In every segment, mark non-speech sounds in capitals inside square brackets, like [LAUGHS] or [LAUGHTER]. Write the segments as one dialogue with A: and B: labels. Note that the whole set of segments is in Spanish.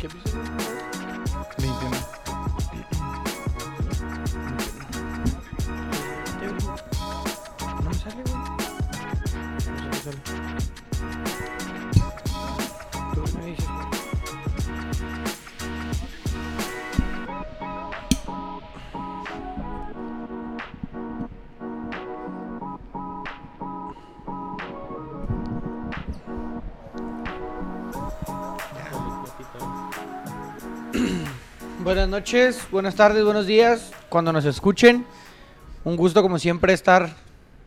A: ¿Qué episodio?
B: 21.
A: Ya, güey. No me sale, güey. No sé qué sale. Tú me dices, güey. Buenas noches, buenas tardes, buenos días, cuando nos escuchen. Un gusto como siempre estar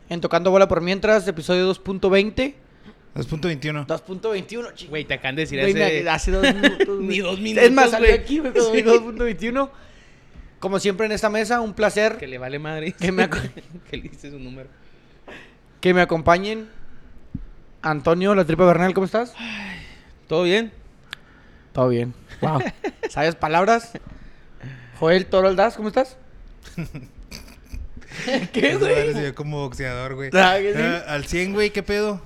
A: en Tocando Bola por Mientras, episodio 2.20.
B: 2.21.
A: 2.21, chico.
C: Güey, te acaban de decir
A: Güey, me-
C: hace...
A: hace [LAUGHS] dos minutos. güey.
C: Ni dos minutos,
A: Es más, salió
C: güey.
A: aquí, [LAUGHS] güey, cuando
C: Sí.
A: dijo 2.21. Como siempre en esta mesa, un placer
C: Que le vale madre.
A: Que me acu-
C: [LAUGHS] que le dices un número.
A: que me acompañen. Antonio, la tripa Bernal, ¿cómo estás?
C: ¿Todo bien?
A: Todo bien. Wow. [LAUGHS] ¿Sabes palabras? Joel Toro Aldaz, ¿cómo estás? ¿Qué,
B: Esa madre se
A: güey?
B: vio como boxeador, güey.
A: Ah, ¿que sí?
B: Ah, Al 100, güey, ¿qué pedo?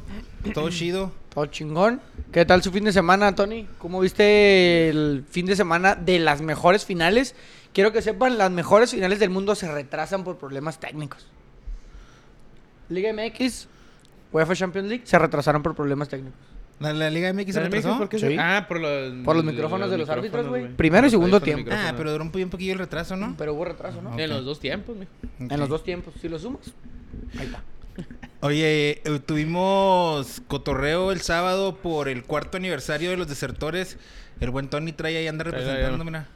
B: Todo chido.
A: Todo chingón. ¿Qué tal su fin de semana, Tony? ¿Cómo viste el fin de semana de las mejores finales? Quiero que sepan, las mejores finales del mundo se retrasan por problemas técnicos. Liga MX, UEFA Champions League, se retrasaron por problemas técnicos.
B: ¿La, la Liga MX se retrasó?
A: se- Sí.
C: Ah, por los...
A: Por los micrófonos de los árbitros,
C: micrófonos,
A: güey. Primero y segundo
C: Por los
A: tiempo.
B: Ah, pero
C: micrófonos.
B: duró un, po- un poquillo el retraso, ¿no?
A: Pero hubo retraso, ¿no?
B: Ah,
C: En
B: ok.
C: los dos tiempos, mijo.
A: En los dos tiempos. Si lo sumas, ahí está.
B: Oye, eh, tuvimos cotorreo el sábado por el cuarto aniversario de los desertores. El buen Tony trae ahí, anda
C: Trae ahí,
B: representando, mira.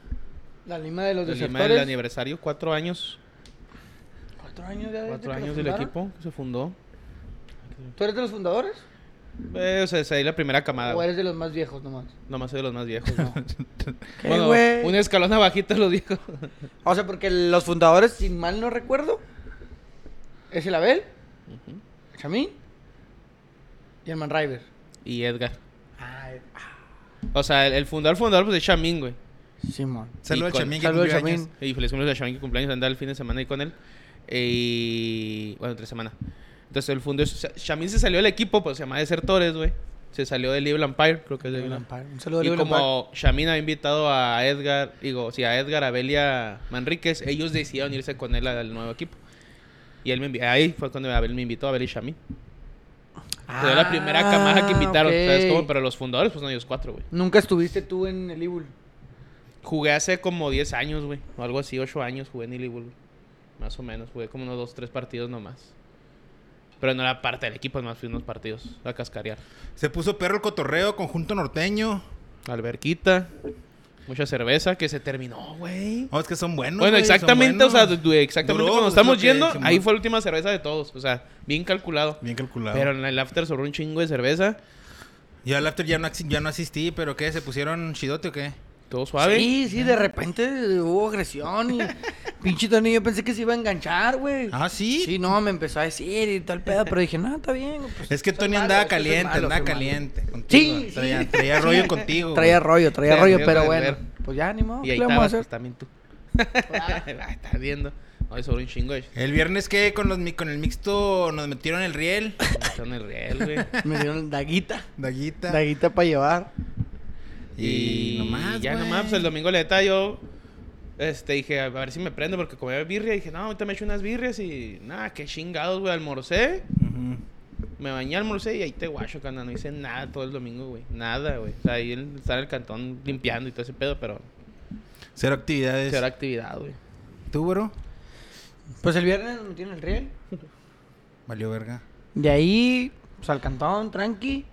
A: La lima de los
C: El lema del
A: desertores.
C: aniversario, cuatro años.
A: Cuatro años ya desde
C: Cuatro
A: que lo
C: años del
A: fundaron.
C: equipo que se fundó.
A: ¿Tú eres de los fundadores?
C: Eh, o sea, es ahí la primera camada.
A: ¿O
C: güey.
A: eres de los más viejos nomás?
C: Nomás soy de los más
A: [LAUGHS]
C: viejos. ¿no?
A: ¿Qué,
C: bueno,
A: güey?
C: un escalón [LAUGHS] abajito de los viejos.
A: O sea, porque los fundadores, si mal no recuerdo, es el Abel, Chamín y el Manriver.
C: y Edgar.
A: Ah,
C: eh. O sea, el, el fundador, fundador, pues es Shamin, güey.
A: Simón.
B: Saludos al
C: con-
B: Chamín que
A: saludo al
B: cumplió años.
A: Chamín.
C: Y feliz cumpleaños a Shamin que cumpleaños andaba el fin de semana ahí con él. Eh, Y bueno, tres semanas. Entonces el fundador, Shamin se salió del equipo, pues se llama Desertores, güey. Se salió del Evil Empire, creo que es de Evil Empire.
A: Un saludo a
C: Y
A: Libre
C: como Shamin había invitado a Edgar, digo, sí, a Edgar, a Abel y a Manríquez, ellos decidieron irse con él al nuevo equipo. Y él me envi- ahí fue cuando Abel me invitó, Abel y Shamin.
A: Lampard.
C: Fue la primera camada que
A: Ah,
C: invitaron, ¿sabes
A: ok.
C: cómo? Pero los fundadores, pues no, ellos cuatro, güey.
A: Nunca estuviste tú en el Ibul.
C: Jugué hace como 10 años, güey. O algo así, 8 años jugué en Illywood. güey. Más o menos, jugué como unos 2, 3 partidos nomás. Pero no era parte del equipo, nomás fui unos partidos a cascarear.
B: Se puso perro el cotorreo, conjunto norteño.
C: Alberquita, mucha cerveza que se terminó, güey.
B: No, es que son buenos.
C: bueno,
B: güey, son
C: exactamente, o sea,
B: buenos.
C: du- exactamente
B: Duró,
C: cuando
B: pues, lo
C: estamos
B: que
C: yendo,
B: dijimos.
C: ahí fue la última cerveza de todos. O sea, bien calculado.
B: Bien calculado.
C: Pero en el after sobró un chingo de cerveza,
B: Yo al after ya no, axi- ya no asistí, pero ¿qué? ¿Se pusieron chidote o qué?
C: todo suave.
A: Sí, sí, de repente hubo agresión
C: [LAUGHS]
A: y pinche Tony, yo pensé que se iba a enganchar, güey.
B: Ah, sí.
A: Sí, no, me empezó a decir y tal pedo, pero dije, no, está bien. pues,
B: Es que
A: soy
B: Tony
A: malo,
B: andaba
A: es que soy
B: caliente,
A: malo,
B: andaba
A: soy malo.
B: caliente.
A: Sí,
B: Contigo.
A: sí.
B: Traía, traía rollo contigo.
A: Traía
B: güey.
A: rollo, traía
C: Traía
A: rollo,
C: rollo
A: pero
C: de
A: bueno.
C: ver.
A: Pues ya, ni modo,
C: Y
A: ¿qué
C: ahí
A: le vamos a
C: estabas,
A: hacer?
C: pues, también tú. Ah, Estás viendo. Ahí sobró un chingo de...
B: El viernes que con, los, mi- con el mixto nos metieron el riel.
C: Me echaron el riel, güey.
A: [LAUGHS] Me dieron daguita.
B: Daguita.
A: Daguita para llevar.
C: Y,
B: nomás,
C: ya
B: güey.
C: nomás, pues el domingo le detalle yo este, dije, a ver si me prendo, porque como había birria, dije, no, ahorita me echo unas birrias y nada, qué chingados, güey, almorcé,
B: Ujú.
C: me bañé, almorcé y ahí te guacho, cana, no hice nada todo el domingo, güey, nada, güey. O sea, ahí en- estar en el cantón limpiando y todo ese pedo, pero
B: Cero actividades.
C: será actividad, güey.
B: ¿Tú, bro?
A: Pues el viernes nos metieron el riel.
B: Valió verga.
A: De ahí, pues al cantón, tranqui.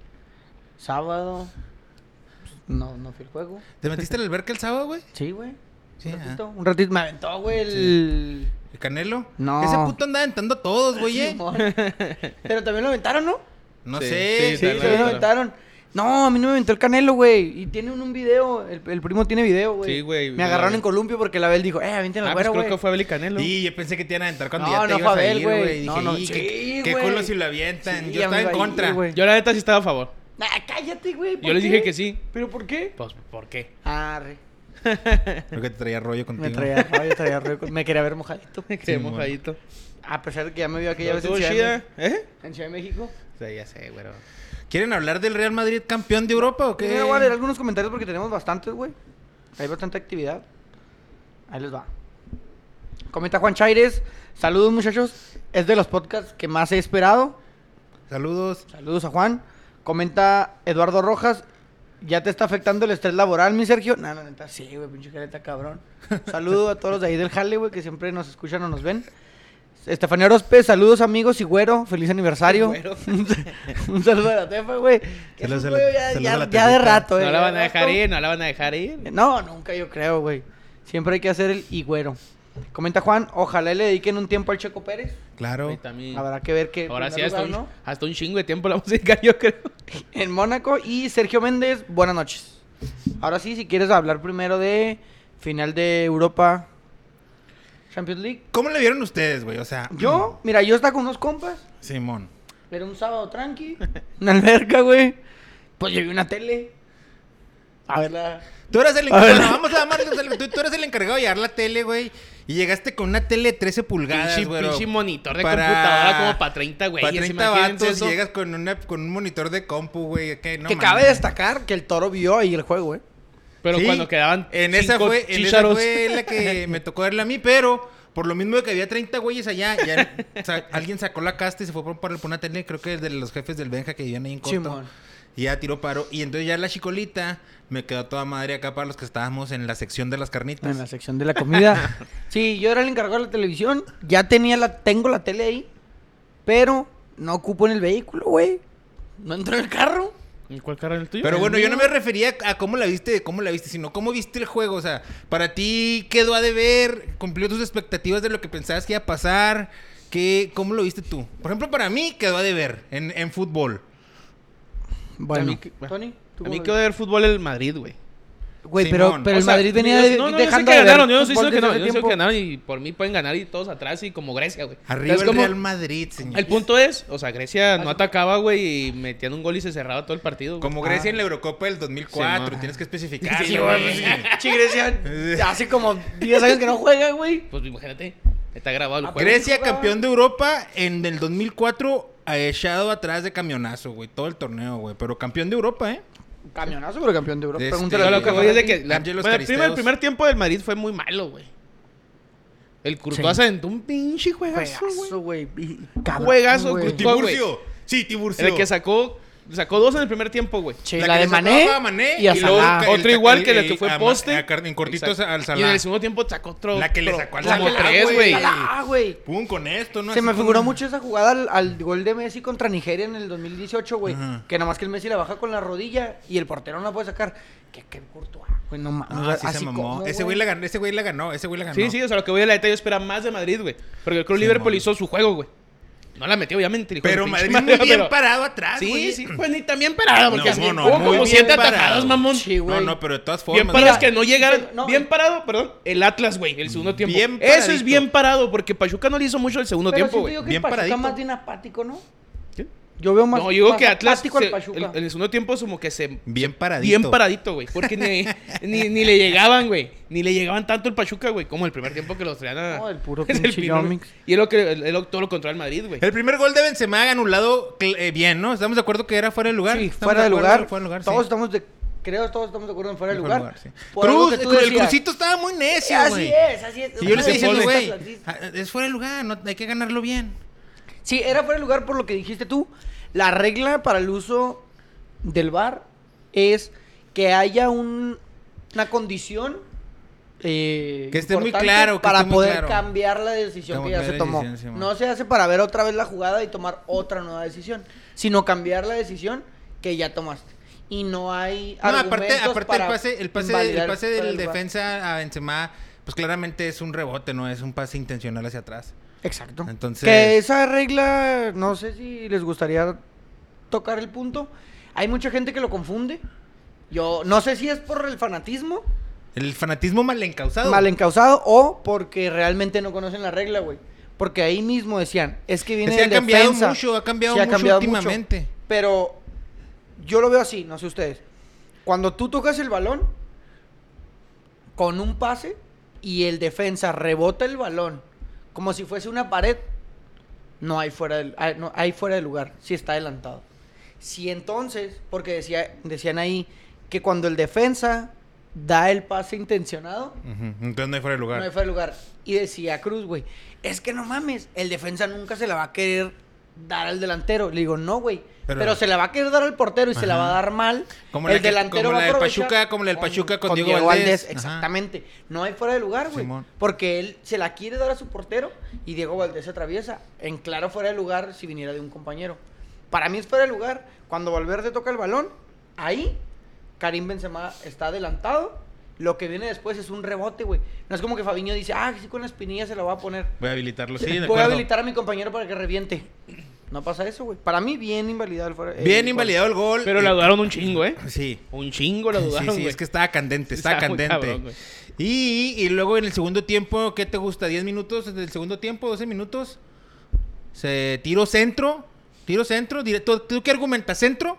A: Sábado. pues, No, no fui al juego.
B: ¿Te metiste al alberca el sábado, güey?
A: Sí, güey.
B: Sí,
A: un
B: ah.
A: ratito. Un ratito me aventó, güey, el.
B: ¿El canelo?
A: No.
B: Ese puto andaba aventando a todos, güey. eh.
A: Simón. [LAUGHS] Pero también lo aventaron, ¿no?
B: No
C: Sí,
B: sé.
C: sí,
A: Sí,
C: también
A: también lo
C: lo
A: aventaron. No, a mí no me aventó el canelo, güey. Y tiene un, un video. El, el primo tiene video, güey.
C: Sí, güey,
A: Me
C: yo
A: agarraron
C: la-
A: en columpio porque la Abel dijo, eh, avienten al
C: Ah, pues
A: güero,
C: creo
A: güey.
C: que fue Abel y Canelo.
B: Y yo pensé que te iban a aventar cuando
A: No,
B: ya te
A: no
B: ibas
A: fue a
B: a
A: ver,
B: ir,
A: güey.
B: güey. Dije,
A: No, no,
B: "Y,
A: sí,
B: qué, qué
A: güey.
B: culo si lo avientan.
A: Sí,
B: yo
A: ya me
B: estaba en
A: iba a ir,
B: contra.
A: güey.
C: Yo la neta sí estaba a favor.
A: Ah, cállate, güey. ¿por
C: Yo les
A: qué? Ah,
C: dije que sí.
A: ¿Pero por qué?
C: Pues, ¿por qué?
A: [LAUGHS] Arre.
B: Creo que te traía rollo contigo.
A: Me traía rollo, traía rollo. con- Me quería ver mojadito.
C: Quedé
B: bueno.
C: mojadito.
A: A pesar de que ya me vio aquella
C: Pero
A: vez en
C: estuvo
A: Ciudad, de
C: chida,
A: México-
C: ¿eh?
A: en Ciudad de México.
C: O sea, ya sé, güero.
B: ¿Quieren hablar del Real Madrid campeón de Europa o qué?
A: Primero voy a leer algunos comentarios porque tenemos bastantes, güey. Hay bastante actividad. Ahí les va. Comenta Juan Chaires. Saludos, muchachos. Es de los podcasts que más he esperado.
B: Saludos.
A: Saludos a Juan. Comenta Eduardo Rojas. ¿Ya te está afectando el estrés laboral, mi Sergio? No, la neta, sí, güey, pinche careta,
B: [LAUGHS]
A: cabrón. Saludo a todos los de ahí del Halle, güey, que siempre nos escuchan o nos ven. Estefanía Orozpe, saludos amigos y güero, feliz
B: [LAUGHS]
A: aniversario.
C: Güero.
A: [LAUGHS] Un saludo a la Tefa, güey. Que
B: Saludos
A: es un
B: a la-
A: güey ya,
B: saludos
A: ya-
B: a la
A: ya de
B: Tefita.
A: rato, eh,
C: No la
A: ya
C: van
A: de
C: a dejar
A: rato.
C: ir, no la van a dejar ir.
A: No, nunca yo creo, güey. Siempre hay que hacer el higüero. Comenta Juan, ojalá y le dediquen un tiempo al Checo Pérez.
B: Claro.
C: Güey, también.
A: Habrá que ver que
C: Ahora sí,
A: primer
C: hasta,
A: lugar,
C: un, hasta un chingo de tiempo la [LAUGHS] música, yo creo.
A: En Mónaco y Sergio Méndez, buenas noches. Ahora sí, si quieres hablar primero de final de Europa Champions League.
B: ¿Cómo le vieron ustedes, güey? O sea, mm,
A: Yo, mira, yo estaba con unos compas,
B: Simón.
A: era un sábado
B: [LAUGHS]
A: tranqui, una alberca, güey. Pues llevé una tele. A ver la...
B: Tú eras el
A: A ver.
B: encargado. vamos a llamar- tú, tú eras el encargado de llevar la tele, güey. Y llegaste con una tele de 13 pulgadas,
C: Pinche,
B: güey.
C: pinche monitor de computadora como para 30 güeyes.
B: Para 30
C: imagínense
B: vatos
C: eso.
B: llegas con, una, con un monitor de compu, güey. Que, no
A: que
B: mames.
A: cabe destacar que el toro vio ahí el juego, eh. güey.
C: Pero
B: Sí,
C: cuando quedaban
B: En esa
C: cinco
B: fue, en esa
C: chícharos.
B: fue la
C: [LAUGHS]
B: que me tocó verla a mí, pero por lo mismo de que había 30 güeyes allá, ya, sa- alguien sacó la casta y se fue por, por una tele, creo que de los jefes del Benja que vivían ahí en Corto.
A: Simón.
B: Y ya tiró paro. Y entonces ya la chicolita me quedó toda madre acá para los que estábamos en la sección de las carnitas.
A: En la sección de la
B: [LAUGHS]
A: comida. sí, yo era el encargado de la televisión. Ya tenía la, tengo la tele ahí. Pero no ocupo en el vehículo, güey. No entro en el carro.
C: ¿En cuál carro era el tuyo?
B: Pero bueno, yo no me refería a cómo la viste, de cómo la viste, sino cómo viste el juego. O sea, para ti quedó a deber, cumplió tus expectativas de lo que pensabas que iba a pasar. ¿Qué, ¿Cómo lo viste tú? Por ejemplo, para mí quedó a deber en, en fútbol.
A: Bueno,
C: A mí que-
A: Tony, ¿tú
C: A mí
A: cómo
C: quedó
A: ves?
C: de ver fútbol el Madrid, güey.
A: Güey, pero,
B: Simón,
A: pero
B: o
A: el
B: sea,
A: Madrid venía
C: Yo-
A: de,
C: no, no, yo sé
A: dejando
C: que
A: de ver
C: ganaron, yo no estoy
A: fútbol
C: diciendo que
A: desde hace
C: no, yo no sé que
A: tiempo.
C: ganaron y por mí pueden ganar y todos atrás y como Grecia, güey.
B: Arriba
C: Es
B: el
C: como-
B: Real Madrid, señor.
C: El punto es, o sea, Grecia no atacaba, güey, y metían un gol y se cerraba todo el partido. güey. Ah.
B: Como Grecia en la Eurocopa del 2004,
C: [LAUGHS]
B: tienes que especificar. Eh,
A: Sí, güey, pues, sí,
B: [LAUGHS]
A: Grecia, hace como 10 años que no juega, güey.
C: Pues imagínate, está grabado el
A: Ah,
C: juego.
B: Grecia
A: güey.
B: campeón de Europa en el 2004 eh, echado atrás de camionazo, güey, todo el torneo, güey, pero campeón de Europa, ¿eh?
A: Camionazo, pero campeón de Europa.
B: Este,
A: Pregúntale
C: Pero
A: a
C: lo que voy es de que la-
B: Ángelos
C: bueno, el, primer,
B: Caristeos.
C: el primer tiempo del Madrid fue muy malo, güey. El Courtois
A: Sí.
C: aventó un pinche juegazo, güey.
A: Juegazo, güey. y- cabrón,
C: Juegazo, güey.
B: Tiburcio. Sí,
C: En
B: Tiburcio.
C: el que sacó, sacó dos en el primer tiempo, güey.
A: Sí,
B: que
A: la de
B: le sacó
A: Mané
B: a Mané
A: y a
B: luego
A: Salah.
B: ca- el
C: otro
B: ca-
C: igual
B: el-
C: que le
B: el-
C: que fue
B: a Ma-
C: poste.
B: a Car- en cortitos
C: Exacto.
B: al
C: Y en
B: Salah.
C: el segundo tiempo sacó otro.
B: La que le
C: otro-
B: sacó al
C: Como
B: Salah,
C: tres,
B: güey.
C: güey.
A: Salah, güey.
B: Pum con esto, ¿no?
A: Se
B: Así
A: me
B: con
A: figuró
B: una-
A: mucho esa jugada al, al gol de Messi contra Nigeria en el 2018, güey.
B: Ajá.
A: Que nomás que el Messi la baja con la rodilla y el portero no la puede sacar. Que qué Courtois, güey, no mames.
B: Ah, sí
A: así
B: se mamó.
A: como,
B: ese güey la ganó, ese güey la ganó, ese güey la ganó.
C: Sí, sí, o sea, lo que voy a la neta, yo esperaba más de Madrid, güey. Porque el Cruz
B: Sí,
C: Liverpool
B: mon.
C: hizo su juego, güey. No la metió, obviamente. el hijo de
B: Pero
C: pinche
B: Madrid
C: madre,
B: muy bien
C: pero-
B: parado atrás,
C: Sí,
B: güey.
C: sí, pues ni tan bien parado, porque
B: No,
C: así-
B: no, no,
C: hubo
B: muy
C: como
B: bien
C: siete
B: parado.
C: atajados, mamón.
A: Sí, güey.
B: No, no, pero de todas formas.
C: Bien parados
B: güey.
C: que no llegaron.
A: No,
C: bien
A: eh.
C: parado, perdón. El Atlas, güey, el segundo tiempo.
B: Bien
C: Eso es
B: paradito.
C: bien parado, porque Pachuca no le hizo mucho el segundo
A: Pero
C: tiempo,
A: siento
C: güey.
A: yo que
B: Bien
A: el Pachuca
B: paradito.
A: más bien apático, ¿no?
C: ¿Qué?
A: Yo veo más,
C: No, yo digo
A: más
C: que Atlas.
A: apático al
C: se- el,
A: Pachuca.
C: en el segundo tiempo, es como que se.
B: Bien paradito.
C: Bien paradito, güey.
A: [LAUGHS]
C: Porque ni, ni, ni le llegaban, güey. Ni le llegaban tanto el Pachuca, güey. Como el primer tiempo que los traían a.
A: No, el
C: [LAUGHS]
A: puro
C: es
A: pinche
C: pino, güey.
A: Yomix.
C: Y es lo que. el- el- todo lo controla el Madrid, güey.
B: El primer gol de Benzema anulado cl- eh, bien, ¿no? Estamos de acuerdo que era fuera de lugar.
A: Sí,
B: Estamos
A: fuera de
B: acuerdo,
A: lugar.
B: Fuera de lugar, sí.
A: todos estamos de... Creo todos estamos de acuerdo en fuera de lugar.
B: sí.
A: Por algo
B: Cruz,
A: que tú
B: el
A: decías.
B: crucito estaba muy
A: Sí,
B: necio,
A: Así
B: güey.
A: es, así es.
B: Y yo le estoy
C: Sí,
B: diciendo,
C: pone.
B: güey, ah, es fuera de lugar, no, hay que ganarlo bien.
A: Sí, era fuera de lugar por lo que dijiste tú. La regla para el uso del bar es que haya un- una condición eh,
B: Que esté muy
A: importante
B: claro, que
A: para
B: esté muy
A: poder
B: claro.
A: cambiar la decisión que
B: Cambiar
A: ya se
B: la
A: tomó.
B: decisión, sí, man.
A: no se hace para ver otra vez la jugada y tomar otra nueva decisión, sino cambiar la decisión que ya tomaste. Y no hay
B: No, aparte,
A: argumentos
B: aparte
A: para
B: el pase, el pase,
A: invalidar
B: el pase
A: fuera de
B: del
A: lugar.
B: defensa a Benzema, pues claramente es un rebote, no es un pase intencional hacia atrás.
A: Exacto.
B: Entonces-
A: Que esa regla, no sé si les gustaría tocar el punto. Hay mucha gente que lo confunde. Yo no sé si es por el fanatismo
B: El fanatismo mal encausado.
A: mal encausado o porque realmente no conocen la regla, güey. Porque ahí mismo decían, es que viene
B: Es que ha
A: el
B: cambiado
A: defensa.
B: mucho, ha cambiado mucho últimamente.
A: Pero yo lo veo así, no sé ustedes. Cuando tú tocas el balón con un pase y el defensa rebota el balón como si fuese una pared, no hay fuera de, ah, no, hay fuera de lugar si está adelantado. Si entonces, porque decía, decían ahí que cuando el defensa da el pase intencionado,
B: Ujú, Entonces no hay fuera de lugar.
A: no hay fuera de lugar. Y decía Cruz, güey, es que no mames, el defensa nunca se la va a querer dar al delantero. Le digo, no, güey.
B: Pero-
A: Pero, se la va a querer dar al portero y se la va a dar mal.
B: Como la
A: el
B: que-
A: delantero
B: como
A: va
B: la
A: a
B: del
A: aprovechar
B: Pachuca- como la del Pachuca con Diego Valdés. Ajá.
A: Exactamente. No hay fuera de lugar, güey.
B: Simón.
A: Porque él se la quiere dar a su portero y Diego Valdés se atraviesa. En claro fuera de lugar si viniera de un compañero. Para mí es fuera de lugar. Cuando Valverde toca el balón, ahí Karim Benzema está adelantado. Lo que viene después es un rebote, güey. No es como que Fabiño dice, ah, sí con la espinilla se la va a poner.
B: Voy a
A: [LAUGHS]
B: habilitarlo. Pues Sí, de
A: Voy a
B: acuerdo.
A: habilitar a mi compañero para que reviente. No pasa eso, güey. Para mí, bien invalidado el fuera. eh, el
B: Bien
A: gol.
B: invalidado el gol.
C: Pero la
B: Eh,
C: dudaron un chingo, ¿eh?
B: Sí.
C: Un chingo la dudaron,
B: Sí, sí,
C: güey.
B: es que estaba candente, estaba,
C: Estaba muy
B: candente.
C: cabrón, güey.
B: y, y luego en el segundo tiempo, ¿qué te gusta? ¿10 minutos del segundo tiempo? ¿12 minutos? Se tiro centro, tiro centro, directo. ¿Tú qué argumentas? ¿Centro?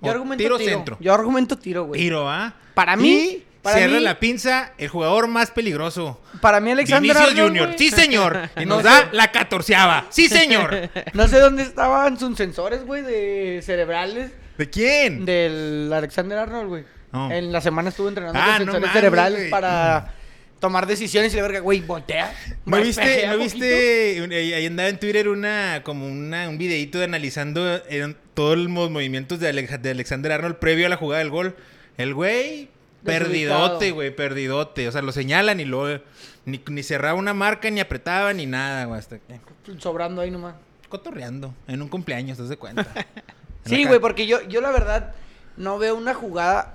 A: Yo
B: ¿O
A: argumento tiro. Yo argumento tiro, güey.
B: Tiro, ¿ah?
A: Para
B: Y
A: mí- para
B: cierra
A: mí-
B: la pinza el jugador más peligroso.
A: Para mí, Alexander
B: Vinicius
A: Arnold,
B: Junior.
A: güey.
B: Sí, señor. Y
A: [LAUGHS] No
B: nos
A: sé.
B: da la catorceava.
A: [LAUGHS]
B: Sí, señor.
A: No sé dónde estaban sus sensores, güey, de cerebrales
B: ¿De quién?
A: del Alexander Arnold, güey.
B: No.
A: En la semana estuve entrenando
B: Ah,
A: con
B: no
A: sensores
B: mames,
A: cerebrales
B: güey.
A: para tomar decisiones y la verga, güey, voltea.
B: ¿No viste,
A: voltea
B: ¿no
A: poquito.
B: viste? un- eh, Ahí andaba en Twitter una, como una, un videíto de analizando eh, todos los movimientos de, Aleja- de Alexander Arnold previo a la jugada del gol. El güey,
A: Desubicado.
B: perdidote, güey, perdidote. O sea, lo señalan y luego ni, ni cerraba una marca, ni apretaba, ni nada, güey. Hasta que-
A: Sobrando ahí nomás.
B: cotorreando en un cumpleaños, ¿te das de
A: [LAUGHS]
B: cuenta? En la
A: Sí,
B: ca-
A: güey, porque yo, yo la verdad no veo una jugada.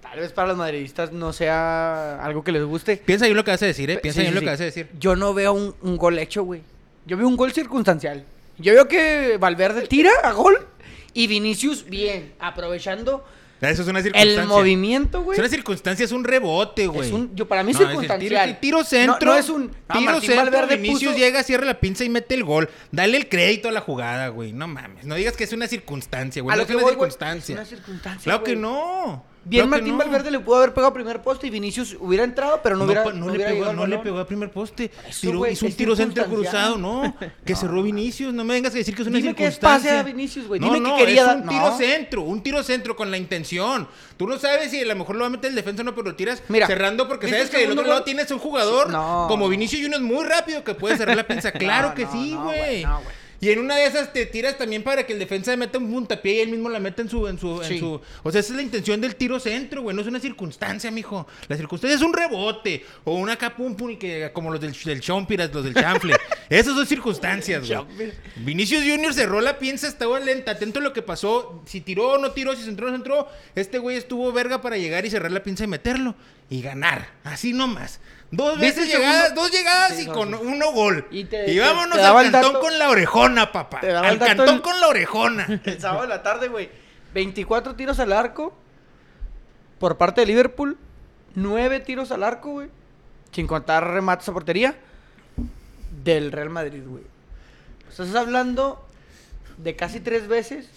A: Tal vez para los madridistas no sea algo que les guste.
B: Piensa bien lo que vas a decir, ¿eh? Piensa
A: Sí,
B: bien
A: sí,
B: lo
A: sí.
B: que vas a decir.
A: Yo no veo un, un gol hecho, güey. Yo veo un gol circunstancial. Yo veo que Valverde tira a gol y Vinicius bien, aprovechando
B: Eso es una circunstancia.
A: el movimiento, güey.
B: Es una circunstancia, es un rebote, güey.
A: Pues, Es un- yo- para mí es
B: No, el
A: circunstancial.
B: tiro, tiro
A: No-
B: centro.
A: no es un- no,
B: tiro
A: Martín
B: centro.
A: Valverde
B: Vinicius
A: puso-
B: llega, cierra la pinza y mete el gol. Dale el crédito a la jugada, güey. No mames. No digas que es una circunstancia, güey.
A: a
B: No
A: lo
B: es
A: que
B: una
A: voy, güey,
B: circunstancia.
A: es una circunstancia,
B: Claro que
A: güey.
B: no.
A: Bien,
B: Claro que
A: Martín
B: no.
A: Valverde le pudo haber pegado a primer poste y Vinicius hubiera entrado, pero no,
B: No,
A: hubiera,
B: pa- no
A: no
B: le
A: hubiera
B: pegó,
A: llegado
B: no
A: al
B: le
A: balón.
B: pegó a primer poste.
A: eso,
B: Tiró-
A: güey,
B: hizo un
A: es
B: tiro centro
A: circunstancial.
B: cruzado,
A: [LAUGHS]
B: no. Que cerró Vinicius. No me vengas a decir que es una
A: Dime que es
B: circunstancia.
A: pase a Vinicius, güey.
B: No,
A: Dime que
B: no,
A: quería
B: es
A: dar-
B: un tiro
A: no.
B: centro. Un tiro centro con la intención. Tú no sabes si a lo mejor lo va a meter el defensa o no, pero lo tiras
A: Mira,
B: cerrando porque
A: ¿viste
B: sabes
A: el
B: que del
A: segundo
B: otro lado
A: gol?
B: tienes un jugador
A: Sí, no.
B: como Vinicius y uno es muy rápido que puede cerrar la pinza.
A: [LAUGHS]
B: Claro
A: No,
B: que
A: no,
B: sí,
A: no,
B: güey.
A: güey, no, güey.
B: y en una de esas te tiras también para que el defensa meta un puntapié y él mismo la meta en su, en su, en
A: Sí.
B: su- O sea, esa es la intención del tiro centro, güey. No es una circunstancia, mijo. La circunstancia es un rebote. O una capum pum y que como los del, del Chompiras, los del
A: [LAUGHS]
B: Chanfle. Esas son circunstancias, güey. Vinicius Junior cerró la pinza, estaba lenta, atento a lo que pasó. Si tiró o no tiró, si se entró o no se entró. Este güey estuvo verga para llegar y cerrar la pinza y meterlo. Y ganar. Así nomás. Dos
A: ¿Viste
B: veces
A: el
B: llegadas,
A: segundo?
B: dos llegadas
A: Sí,
B: y
A: no,
B: con
A: sí.
B: uno gol. Y,
A: Y te- te-
B: vámonos
A: te daba
B: al
A: el
B: cantón
A: dato-
B: con la orejona, papá.
A: te daba
B: Al
A: el dato
B: cantón
A: el-
B: con la orejona.
A: El sábado de la tarde, güey. 24 tiros al arco por parte de Liverpool. 9 tiros al arco, güey. Sin contar remates a portería del Real Madrid, güey. O sea, Estás hablando de casi tres veces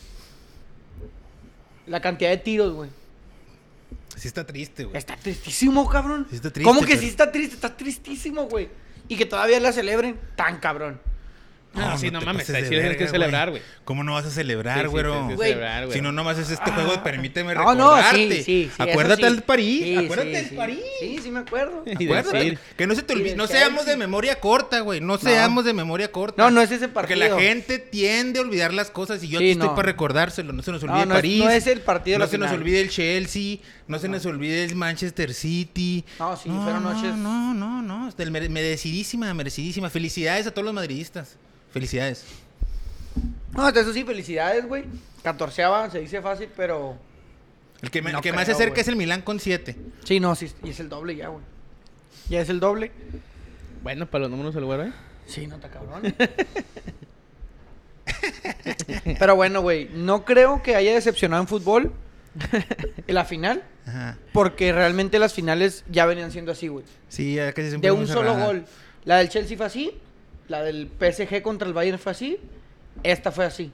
A: la cantidad de tiros, güey.
B: [LAUGHS] Sí está triste, güey.
A: Está tristísimo, cabrón.
B: Sí está triste,
A: ¿Cómo que
B: pero-
A: sí está triste? Está tristísimo, güey. Y que todavía la celebren tan cabrón.
C: No, sí, no
B: te
C: mames,
B: pases
C: ahí
B: de
C: sí tienes
B: verga,
C: que celebrar, güey.
B: ¿Cómo no vas a celebrar,
C: Sí, sí, Ah,
B: güero?
C: tienes que
A: Güey.
C: celebrar, güey.
B: Si no, nomás es este juego, de permíteme
A: No,
B: recordarte.
A: no, sí, sí, sí, eso
B: Acuérdate
A: sí.
B: del París.
A: Sí,
B: acuérdate
A: sí,
B: del
A: sí.
B: París.
A: Sí, sí me
B: [LAUGHS]
A: acuerdo. [LAUGHS]
C: Y
B: Acuérdate.
C: decir-
B: Que no se te
A: y
B: olvide.
A: del
B: No seamos de
A: Chelsea.
B: memoria corta, güey. No seamos de memoria corta.
A: No, no es ese
B: Porque
A: partido.
B: la gente tiende a olvidar las cosas y yo
A: Sí,
B: aquí estoy
A: no.
B: para recordárselo. No se nos olvide
A: no es-
B: París.
A: no es el partido de
B: No
A: la
B: se nos
A: final.
B: olvide el Chelsea. No se nos olvide el Manchester City.
A: No, sí, fueron noches-
B: No, no, no. Hasta el mere- merecidísima, merecidísima. Felicidades a todos los madridistas. Felicidades.
A: No, hasta eso sí, felicidades, güey. Catorceava, se dice fácil, pero...
B: El que, me-
A: No
B: el que más se
A: creo,
B: acerca
A: güey.
B: es el Milán con 7.
A: Sí, no, sí, y es el doble ya, güey. Ya es el doble.
C: Bueno, para los números del lugar, ¿eh?
A: Sí, no está
B: [LAUGHS]
A: cabrón. pero bueno, güey, no creo que haya decepcionado en fútbol en la final,
B: Ajá.
A: porque realmente las finales ya venían siendo así, güey.
B: Sí, ya casi siempre
A: De
B: muy
A: un solo
B: cerrada.
A: gol. La del Chelsea fue así, la del PSG contra el Bayern fue así, esta fue así.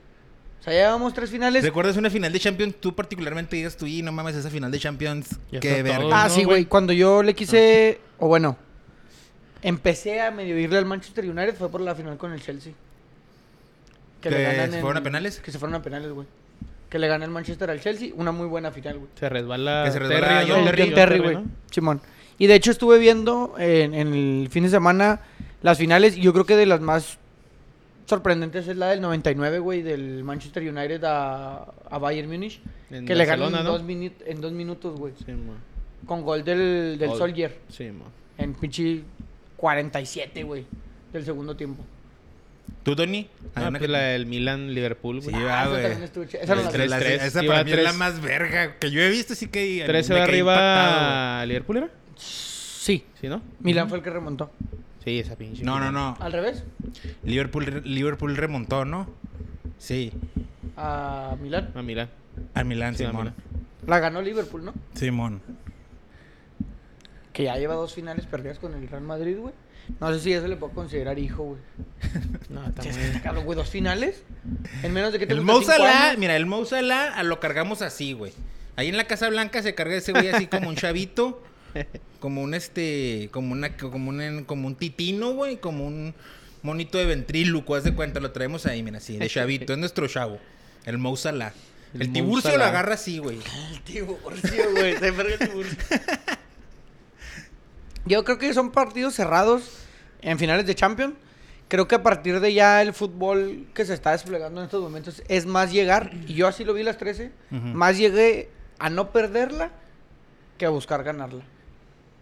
A: O sea, ya llevamos tres finales.
B: ¿Recuerdas una final de Champions? Tú particularmente digas tú, y no mames, esa final de Champions.
C: Ya
B: Qué
C: está
B: verga.
C: todo.
A: Ah,
C: no,
A: sí,
C: güey.
A: güey. Cuando yo le
B: Ah,
A: quise. O bueno. Empecé a medio irle al Manchester United fue por la final con el Chelsea.
B: ¿Que se fueron a penales?
A: Que se fueron a penales, güey. que le ganó el Manchester al Chelsea. Una muy buena final, güey.
C: Se resbala.
B: Que se resbala
C: Terry,
B: John
C: ¿no?
A: El
B: Terry,
A: John Terry, güey.
C: ¿no?
A: Simón. Y de hecho estuve viendo en, en el fin de semana las finales. y Yo creo que de las más sorprendentes es la del 99, güey, del Manchester United a, a Bayern Múnich.
C: En
A: Que le ganan en,
C: Barcelona, ¿no?
A: dos minu- en dos minutos, güey.
C: Sí, mo.
A: Con gol del, del
C: Gol.
A: Soldier.
C: Sí, mo.
B: Ah,
A: En pinche 47, güey. Del segundo tiempo.
B: ¿Tú, Tony? Hay
C: Ah,
B: una
C: pues
B: que-
C: la del Milan Liverpool, güey.
B: Sí,
A: Ah,
B: va,
A: esa
B: güey.
A: también estuvo chida. Esa no
B: El
A: la vi.
B: 3-3.
C: 3-3,
B: Esa
C: iba
B: para mí es la
C: 3.
B: más verga que yo he visto, así que...
C: 13
B: me
C: va
B: quedé impactado,
C: arriba Liverpool, ¿era?
A: Sí.
C: Sí, ¿no?
A: Milan fue el que remontó.
C: Sí, esa pinche.
B: güey. No, no, no.
A: ¿Al revés?
B: Liverpool, Liverpool remontó, ¿no? Sí.
A: A Milán.
C: A Milán.
B: Al Milán,
C: Sí, al
B: Simón.
C: Milán.
A: La ganó Liverpool, ¿no?
B: Simón.
A: Que ya lleva dos finales perdidas con el Real Madrid, güey. No sé si eso le puedo considerar hijo,
B: [LAUGHS]
A: güey. [LAUGHS]
C: No, está muy...
A: Está cabrón, güey. Dos finales. En menos de que te
B: El
A: gusta,
B: Mo
A: cinco
B: Salah,
A: años.
B: mira, el Mo Salah a lo cargamos así, güey. Ahí en la Casa Blanca se carga ese güey así como
A: [LAUGHS]
B: un chavito, como un este, como una como un como un titino, güey, como un monito de ventríloco, haz de cuenta, lo traemos ahí, mira, así, de chavito, es nuestro chavo, el Mo Salah.
C: El
B: El,
C: Mo
B: Tiburcio
C: Salah.
B: lo agarra así, güey.
A: El Tiburcio, güey. Se perdió el Tiburcio. [LAUGHS] Yo creo que son partidos cerrados en finales de Champions. Creo que a partir de ya el fútbol que se está desplegando en estos momentos es más llegar, y yo así lo vi las 13,
B: Ujú.
A: más llegué a no perderla que a buscar ganarla.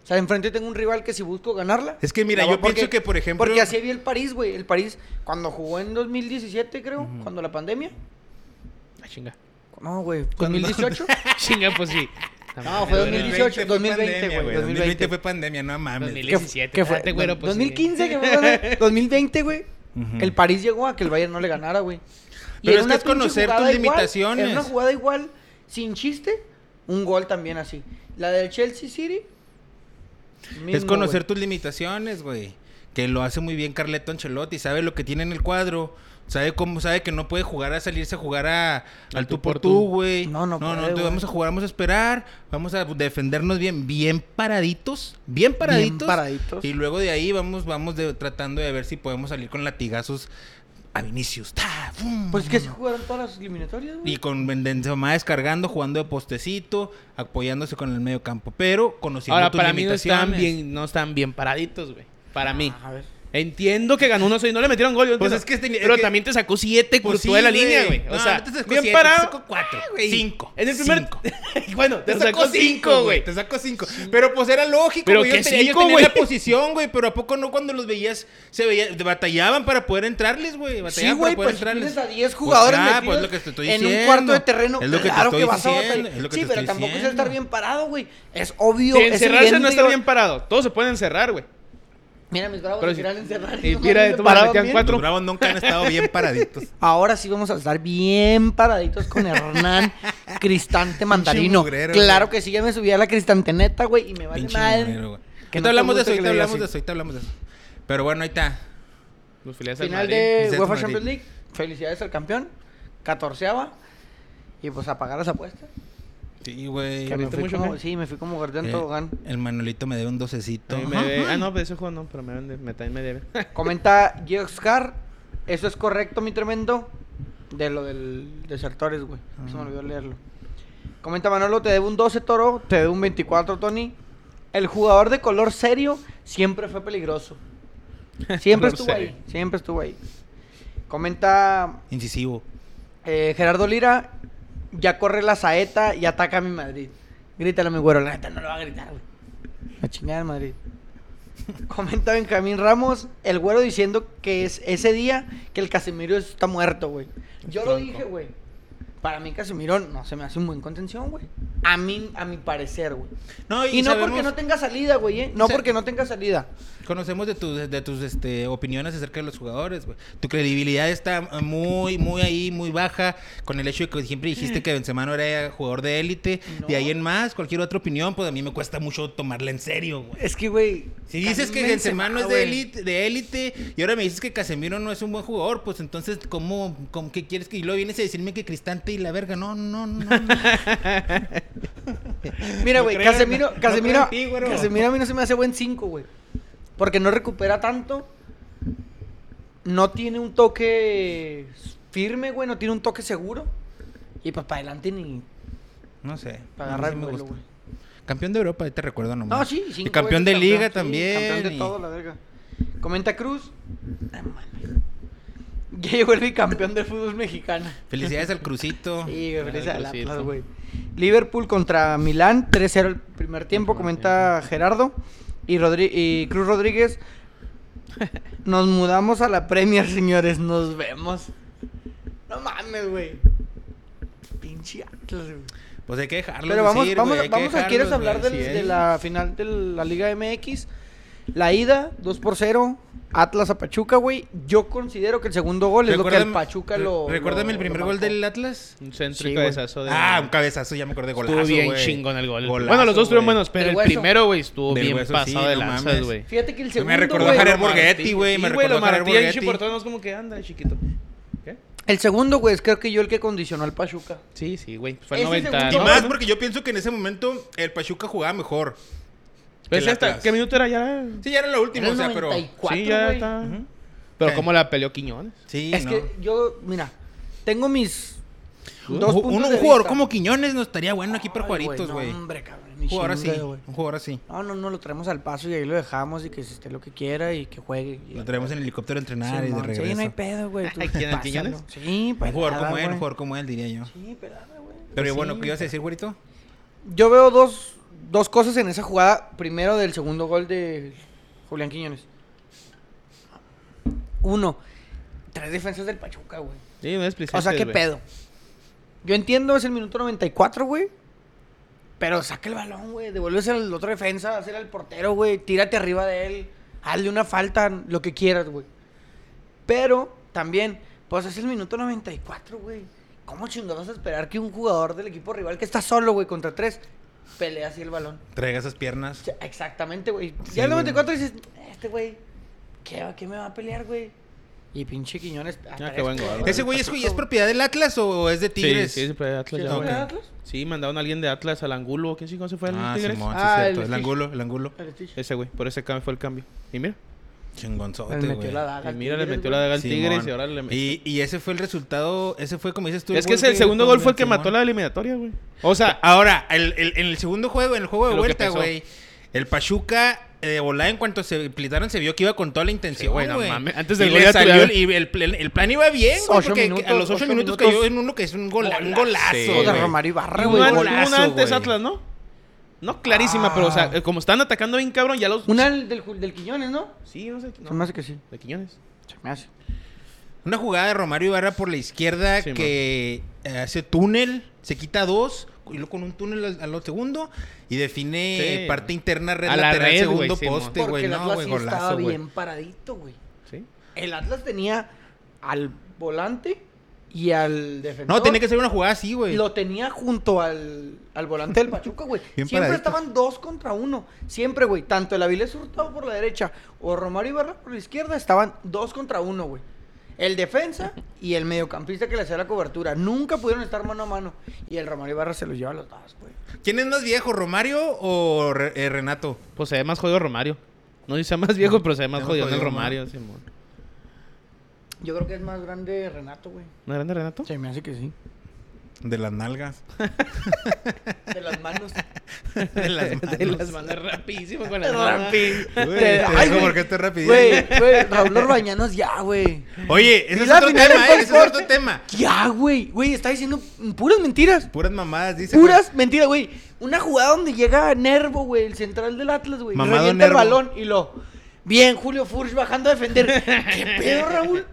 A: O sea, enfrente tengo un rival que si busco ganarla.
B: Es que mira,
A: la voy-
B: yo pienso que, por ejemplo-
A: Porque así vi el París, güey. El París, cuando jugó en 2017, creo, cuando la pandemia.
C: Ah, chinga.
A: No, güey,
B: Cuando-
A: 2018.
C: [LAUGHS] Chinga, pues sí.
A: No, fue 2018, 2020,
B: pandemia,
A: güey.
B: 2020
A: 2020
B: fue pandemia, no mames.
C: 2000.
A: que-
C: 17,
A: que fue
C: espérate, güero, pues,
A: 2015, que
B: [LAUGHS]
A: fue 2020, güey.
B: Ujú.
A: El París llegó a que el Bayern no le ganara, güey. Y en
B: Pero es que
A: una
B: es
A: pinche
B: conocer
A: jugada
B: tus
A: igual,
B: limitaciones.
A: en una jugada igual, sin chiste, un gol también así. La del Chelsea City.
B: es
A: mismo,
B: conocer
A: güey.
B: tus limitaciones, güey. Que lo hace muy bien Carleto Ancelotti. Sabe lo que tiene en el cuadro. Sabe cómo, sabe que no puede jugar a salirse a jugar a, al tú por tú, güey.
A: No, no
B: No,
A: puede,
B: te-
A: güey.
B: vamos a jugar, vamos a esperar. Vamos a defendernos bien, bien paraditos. Bien paraditos.
A: paraditos.
B: Y luego de ahí vamos, vamos de- tratando de ver si podemos salir con latigazos a Vinicius. ¡Ta! ¡Fum!
A: Pues es que se jugaron todas las eliminatorias, güey.
B: Y con Benzema descargando, jugando de postecito, apoyándose con el medio campo. Pero conociendo
C: Ahora,
B: tus
C: para mí no están
B: limitaciones.
C: bien, no están bien paraditos, güey. Para mí.
A: Ah, a ver.
C: Entiendo que ganó 1-6 y no le metieron gol. yo
B: Pues
C: entiendo.
B: es que este- es
C: pero
B: que-
C: también te sacó 7
B: Pues
C: cruzó
B: sí,
C: de la
B: güey.
C: línea, güey. O
B: No,
C: sea,
B: no te sacó
C: bien
B: siete,
C: parado.
B: te sacó cuatro, cinco,
C: En el primer.
B: cinco.
C: [LAUGHS] bueno, te, sacó 5,
B: cinco,
C: güey.
B: Te sacó cinco. Pero pues era lógico,
C: Pero
B: güey. Yo,
C: ¿qué
B: tenía, yo
C: cinco,
B: tenía
C: güey?
B: la posición, güey. Pero ¿a poco no cuando los veías se veía, batallaban para poder entrarles, güey? Batallaban
A: Sí,
B: para
A: güey,
B: poder
A: pues tienes a 10
B: Pues,
A: jugadores
B: ah, pues
A: metidos
B: lo que te estoy
A: en un
B: diciendo.
A: cuarto de terreno.
B: Es lo que te
A: claro
B: estoy
A: vas a
B: diciendo,
A: batallar.
B: es lo que
A: sí,
B: te
A: pero
B: estoy
A: tampoco es
B: diciendo.
A: estar bien parado, güey. Es obvio.
C: Si
A: es
C: encerrarse no
A: evidente,
C: está
A: güey.
C: bien parado. Todos se pueden encerrar, güey.
A: Mira, mis bravos
C: Pero
A: se
C: si-
A: querían encerrar.
C: y
A: no
C: mira,
A: mames,
C: tú me
A: paraban
C: metían
A: bien.
C: cuatro.
B: Los bravos nunca han estado
A: [LAUGHS]
B: bien paraditos.
A: Ahora sí vamos a estar bien paraditos con
B: [LAUGHS]
A: Hernán Cristante Mandarino.
B: mugrero,
A: claro
B: güey.
A: que sí, ya me subí a la cristanteneta, güey, y me vale
B: Pinche
A: mal.
B: mugrero, güey.
A: Que
B: Ahorita
A: no te
B: hablamos de
A: gusta
B: eso,
A: que
B: ahorita
A: le diga
B: hablamos de
A: así.
B: eso, ahorita hablamos de eso. Pero bueno, ahí está.
C: Los filiales del
A: Final
C: Madrid.
A: de
B: Real
A: UEFA
B: Madrid.
A: Champions League. Felicidades al campeón. Catorceava. Y pues a pagar las apuestas.
B: Sí, güey.
A: Que me
C: ¿Viste
A: fui
C: mucho,
A: como,
C: qué?
A: sí, me fui como guardián
B: Eh,
A: tobogán.
B: El Manolito me debe un docecito.
C: A mí me debe- Ah, no, pero ese juego no, pero me deben de- me- también me debe.
A: Comenta Oscar, eso es correcto, mi tremendo. De lo del desertores, güey.
C: Ah.
A: Se me olvidó leerlo. Comenta Manolo, te debo un 12 toro, te debo un 24, Tony. El jugador de color serio siempre fue
C: [LAUGHS]
A: peligroso. Siempre
C: Color
A: estuvo
C: serio.
A: ahí, siempre estuvo ahí. Comenta
B: Incisivo.
A: eh, Gerardo Lira, ya corre la saeta y ataca a mi Madrid. Grítale a mi güero, la neta no lo va a gritar, güey. La chingada del Madrid. [LAUGHS] Comenta Benjamín Ramos, el güero diciendo que es ese día que el Casemiro está muerto, güey. Yo lo
C: Tronco.
A: dije, güey. Para mí Casemiro no se me hace un buen contención, güey. A mí, a mi parecer, güey.
B: No,
A: Y, no porque
B: sabemos-
A: no tenga salida, güey, ¿eh? No
B: Sa-
A: porque no tenga salida.
B: Conocemos de tus, de tus este, opiniones acerca de los jugadores, güey. Tu credibilidad está muy, muy ahí, muy baja, con el hecho de que siempre dijiste que Benzema no era jugador de élite.
A: No.
B: De ahí en más, cualquier otra opinión, pues a mí me cuesta mucho tomarla en serio, güey.
A: Es que, güey.
B: Si dices que Benzema no es de élite, de élite, y ahora me dices que Casemiro no es un buen jugador, pues entonces, ¿cómo, cómo qué quieres que...? Y luego vienes a decirme que Cristante y la verga, no, no, no. no.
A: Mira,
B: No
A: güey,
B: creo,
A: Casemiro,
B: no- no
A: Casemiro,
B: creo en ti, güero.
A: Casemiro a mí no se me hace buen 5, güey. Porque no recupera tanto. No tiene un toque firme, güey, no tiene un toque seguro. Y pues para adelante ni
B: No sé.
A: para
B: A mí
A: agarrar
B: sí me
A: vuelo,
B: gusta.
A: güey.
B: Campeón de Europa, ahí te recuerdo nomás.
A: No, sí,
B: Y
A: cinco
B: campeón de
A: veces
B: liga
A: campeón, sí,
B: también.
A: campeón de
B: y-
A: todo, la verga. Comenta Cruz. Ah, mames. Ya llegó el bicampeón del fútbol mexicano.
B: [LAUGHS] Felicidades al Crucito.
A: Sí, güey, feliz
C: Ah,
A: al Atlas,
C: Cruzito.
A: güey. Liverpool contra Milán, 3-0 el primer tiempo,
C: primer
A: comenta Gerardo. Y, Rodri- y Cruz Rodríguez. Nos mudamos a la Premier, señores. Nos vemos. No mames, güey. Pinche Atlas, güey.
B: Pues hay que dejarlo.
A: Pero vamos, vamos, vamos a quieres hablar del-
B: eh.
A: de la final de la Liga MX. La ida, 2 por 0, Atlas a Pachuca, güey. Yo considero que el segundo gol es lo que al Pachuca lo.
B: Recuérdame el
A: lo-
B: primer
A: lo
B: gol
A: marcó.
B: del Atlas.
C: [LAUGHS] Un centro
A: Sí,
C: y
A: güey.
C: cabezazo de.
B: Ah, un cabezazo, ya me acordé. Golazo,
C: Estuvo bien
B: güey.
C: chingón el gol.
B: Golazo,
C: bueno, los dos estuvieron
B: güey.
C: buenos, pero
A: Del
C: el
A: hueso.
C: primero, güey, estuvo
B: Del
C: bien
B: hueso,
C: pasado
B: sí,
C: de
B: no
C: lanzas,
B: mames.
C: güey.
A: Fíjate que el segundo.
B: me recordó a
A: güey,
B: Jared
A: lo mar-
B: Borghetti, güey.
C: Sí,
B: Me
C: güey,
B: recordó
C: lo
B: a Jared
C: martí el
B: Borghetti.
C: chiportón, no es como que anda, chiquito. ¿Qué?
A: El segundo, güey, es creo que yo el que condicionó al Pachuca.
C: Sí, sí, güey. pues, Fue el
A: Ese
C: 90.
A: segundo
B: Y
A: No,
B: más
A: no.
B: porque yo pienso que en ese momento el Pachuca jugaba mejor.
C: Pues
B: que el
C: hasta-
B: Atlas.
C: ¿Qué minuto era ya?
B: Sí, ya era la
A: Era
B: última, o
A: el
B: sea, pero.
A: 94,
C: sí, ya
A: güey.
C: está.
B: Ujú.
C: Pero
B: Ok.
C: cómo la peleó Quiñones.
B: Sí,
A: Es
B: no.
A: que yo, mira, tengo mis.
B: Un-
A: Dos
B: un,
A: puntos
B: un
A: de
B: jugador
A: vista.
B: como Quiñones no estaría bueno aquí para
A: Ay, güey,
B: Juaritos,
A: no,
B: güey.
A: hombre, cabrón.
B: Un
A: mi
B: jugador así.
A: chinga, güey.
B: Un jugador así.
A: No, no, no, lo traemos al paso y ahí lo dejamos y que se esté lo que quiera y que juegue. y-
B: Lo traemos en el helicóptero a entrenar y de
A: Simón, Sí,
B: regreso.
A: no hay pedo, güey. tú [LAUGHS]
C: Ay, ¿quién,
A: pásalo.
C: Quiñones?
A: Sí,
B: un jugador
A: pelada,
B: como él, un
A: güey.
B: jugador como él, diría yo.
A: Sí, pelada, güey. Pues
B: Pero
C: Sí,
B: bueno, ¿qué ibas a decir, güerito?
A: Yo veo dos, dos cosas en esa jugada. Primero, del segundo gol de Julián Quiñones. Uno, tres defensas del Pachuca, güey.
C: Sí, no explicaste,
A: o sea, qué
C: güey.
A: pedo. Yo entiendo, es el minuto 94, güey. Pero saca el balón, güey. Devuelves al otro defensa, hacer al portero, güey. Tírate arriba de él. Hazle una falta, lo que quieras, güey. Pero también, pues es el minuto 94, güey. ¿Cómo chingados vas a esperar que un jugador del equipo rival que está solo, güey, contra tres, pelea así el balón?
B: Traiga esas piernas.
A: O sea, exactamente, güey.
B: Sí,
A: ya el
B: güey.
A: 94 dices, este güey, ¿qué, va- ¿qué me va a pelear, güey? Y pinche Quiñones. a
C: qué
A: tres,
C: buen gol, güey.
B: ¿Ese güey es,
A: Pachuca,
B: es propiedad del Atlas o es de Tigres?
C: Sí, sí, siempre de Atlas.
A: ¿Sí,
C: ya,
A: es
C: güey.
A: de Atlas?
C: Sí, mandaron a alguien de Atlas al Angulo. ¿Quién chingón se fue al
B: Ah,
C: Tigres?
B: Simón, sí,
A: Ah,
B: cierto.
A: el
B: El,
A: Stitch.
B: angulo, el angulo.
A: el Stitch.
C: Ese güey, por ese cambio fue el cambio. Y mira,
A: Le
B: Chingonzote,
A: metió
B: güey.
A: la daga.
C: y
A: al
C: mira, le
A: Tigres,
C: metió la
A: güey.
C: daga al
B: Simón.
C: Tigres y ahora le metió.
B: Y, y ese fue el resultado, ese fue como dices tú.
C: Es que es
B: gol
C: el segundo gol fue el que
B: Simón.
C: mató la eliminatoria, güey. O sea,
B: Ahora, el- el- en el segundo juego, en el juego de
C: Lo que
B: vuelta,
C: pesó.
B: güey, el Pachuca eh, de volada en cuanto se plitaron se vio que iba con toda la intención,
C: Sí, güey,
B: güey.
C: no mames. Antes del
B: y
C: gol
B: le
C: ya
B: salió el,
C: tuve-
B: y el, pl- el plan iba bien, güey,
A: Ocho
B: porque a
A: minutos,
B: los ocho
A: ocho
B: minutos,
A: minutos.
B: cayó en uno que es un, gola- un golazo,
C: Sí,
A: Hijo de
B: güey.
C: güey.
A: Romario Ibarra,
C: Y
A: güey.
C: una,
A: gol.
B: golazo,
C: una antes
B: güey.
C: Atlas, ¿no? No clarísima, pero o sea, eh, como están atacando bien cabrón, ya los.
A: Una del, Jul- del Quiñones, ¿no?
C: Sí, no sé. no.
A: Se me hace que sí.
C: De Quiñones.
A: Se me hace.
B: Una jugada de Romario Ibarra por la izquierda
C: Sí,
B: que eh, hace túnel, se quita dos, y luego con un túnel al, al segundo, y define
C: Sí.
B: parte interna, red
C: A la
B: lateral,
C: red,
B: segundo
C: Este, güey, sí,
B: poste,
A: Porque
B: güey.
A: el
B: No,
A: Atlas
B: güey,
A: sí estaba
B: golazo, güey.
A: bien paradito, güey.
C: Sí.
A: El Atlas tenía al volante y al defensor.
B: No, tenía que ser una jugada así, güey.
A: Lo tenía junto al, al volante del Pachuca, [LAUGHS] güey.
B: Bien
A: Siempre
B: paradito.
A: estaban dos contra uno. Siempre, güey. Tanto el Avilés Hurtado por la derecha o Romario Ibarra por la izquierda estaban dos contra uno, güey. El defensa y el mediocampista que le hacía la cobertura. Nunca pudieron estar mano a mano. Y el Romario Ibarra se los lleva a los dos, güey.
B: ¿Quién es más viejo, Romario o Re- eh, Renato?
C: Pues se ve más jodido Romario. No dice más viejo, pero se ve más
B: Se ve más
C: jodido en el
B: jodido,
C: Romario, Simón.
A: Yo creo que es más grande Renato, güey.
C: ¿No eran de Renato?
A: Se me hace que sí.
B: De
A: [LAUGHS]
B: las nalgas.
A: De las manos.
B: De las manos.
C: [LAUGHS] De las manos rapidísimo con las manos.
A: Rapi. Te-
B: Güey, te
A: ay, [LAUGHS]
B: digo
A: güey.
B: por qué estoy rapidito.
A: Güey, [LAUGHS] güey, Raúl Orbañanos ya, güey.
B: Oye,
A: Y
B: ese es
A: la
B: otro
A: final
B: tema,
A: del
B: ¿eh? Ese es
A: deporte.
B: otro tema.
A: Ya, güey. Güey, está diciendo puras mentiras.
B: Puras mamadas, dice. güey.
A: Puras mentiras, güey. Una jugada donde llega Nervo, güey, el central del Atlas, güey.
B: Mamado
A: Revienta el
B: Nervo.
A: balón y lo. Bien, Julio Furch bajando a defender.
C: [LAUGHS]
A: ¿Qué pedo, Raúl?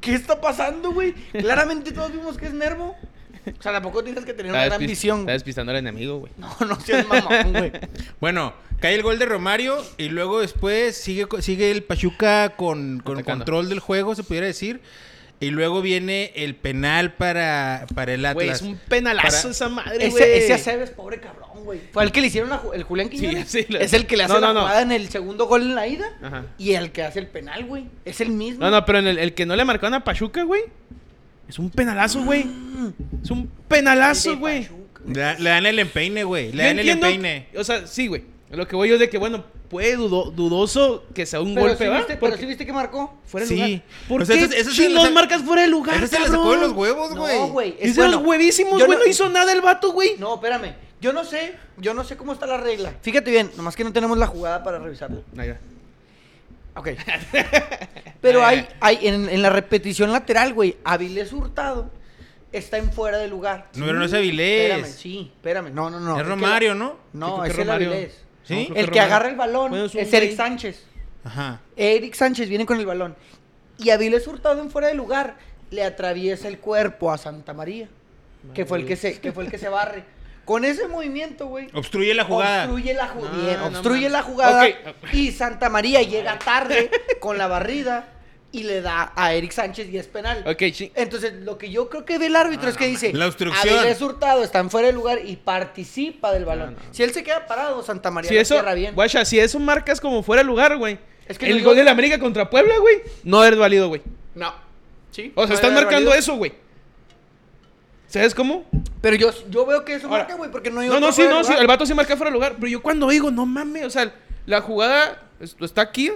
A: ¿Qué está pasando, güey? Claramente todos vimos que es Nervo. O sea, tampoco tienes que tener una gran
C: despi-
A: visión.
C: está
A: güey.
C: despistando al enemigo, güey.
A: No, no seas mamón,
C: [LAUGHS]
A: güey.
B: Bueno, cae el gol de Romario y luego después sigue, co- sigue el Pachuca con, con
C: Atacando.
B: control del juego, se pudiera decir. Y luego viene el penal para, para el
C: Güey, es
B: Atlas.
C: un penalazo
B: Para-
C: esa madre, güey.
A: Ese, ese Aceves, pobre cabrón, güey. Fue el que le hicieron la ju- el Julián Quiñones.
C: sí, lo-
A: Es el que le hace
C: No, no,
A: la
C: no.
A: jugada en el segundo gol en la ida.
C: Ajá.
A: Y el que hace el penal, güey. Es el mismo.
C: No, no, pero en el, el que no le marcaron a Pachuca, güey. Es un penalazo, güey. Es un penalazo,
A: El de
C: güey.
A: Pachuca.
B: Le, da- le dan el empeine, güey. Le
C: Yo
B: dan el
C: entiendo-
B: empeine.
C: O sea, sí, güey. Lo que voy yo es de que, bueno, puede dudo- dudoso que sea un
A: Pero,
C: golpe,
A: sí
C: ¿va?
A: viste, pero
C: Porque
A: sí viste que marcó.
C: fuera de
B: Sí.
C: lugar. ¿Por
B: O sea,
C: qué
B: ese- ese se-
C: chingos
B: ese-
C: marcas fuera de lugar,
B: Ese se le sacó de
C: cabrón?
B: los huevos, güey.
A: ¡Oh, No, güey. es
C: Hizo los
A: bueno.
C: huevísimos,
A: Yo
C: güey. No...
A: no-
C: hizo nada el vato, güey.
A: No, espérame. Yo no sé, yo no sé cómo está la regla. Fíjate bien, nomás que no tenemos la jugada para revisarla.
C: Ahí va.
A: Ok. [LAUGHS] Pero hay, hay en, en la repetición lateral, güey, Avilés Hurtado está en fuera de lugar.
B: No, pero no es
A: Espérame,
B: Avilés.
A: sí, espérame. No, no, no.
B: es
A: que-
B: Romario, ¿no?
C: Sí,
A: No,
C: creo que
A: es el
C: Romario.
A: Avilés.
B: Sí.
C: No, creo
A: El que
C: Romario.
A: agarra el balón
C: Bueno,
A: es,
C: un
A: Eric
C: güey.
A: Sánchez.
B: Ajá.
A: Eric Sánchez viene con el balón. Y Avilés Hurtado en fuera de lugar le atraviesa el cuerpo a Santa María, que fue el que se, que fue el que se barre. Con ese movimiento, güey.
B: Obstruye la jugada.
A: Obstruye la, ju-
C: No,
A: bien,
C: no
A: obstruye
C: mames.
A: la jugada.
C: Ok.
A: Y Santa María llega tarde con la barrida y le da a Eric Sánchez y es penal.
C: Ok, ching.
A: Entonces, lo que yo creo que ve el árbitro es que dice:
B: La obstrucción.
A: Avilés Hurtado está en fuera de lugar y participa del balón.
C: no.
A: Si él se queda parado, Santa María
C: Si
A: la
C: eso,
A: cierra bien.
C: guacha, si eso marcas como fuera de lugar, güey.
A: Es que
C: el
A: no-
C: gol de la América contra Puebla, güey, no eres válido, güey.
A: No. Sí.
C: O sea,
A: no
C: estás
A: era
C: marcando
A: válido.
C: eso, güey. ¿Sabes cómo?
A: Pero yo, yo veo que eso
C: Ahora-
A: marca, güey, porque no hay
C: No,
A: otro
C: no, sí,
A: fuera de
C: no, sí,
A: lugar.
C: el vato sí marca fuera de lugar. Pero yo cuando digo, no mames, o sea, la jugada es- está aquí.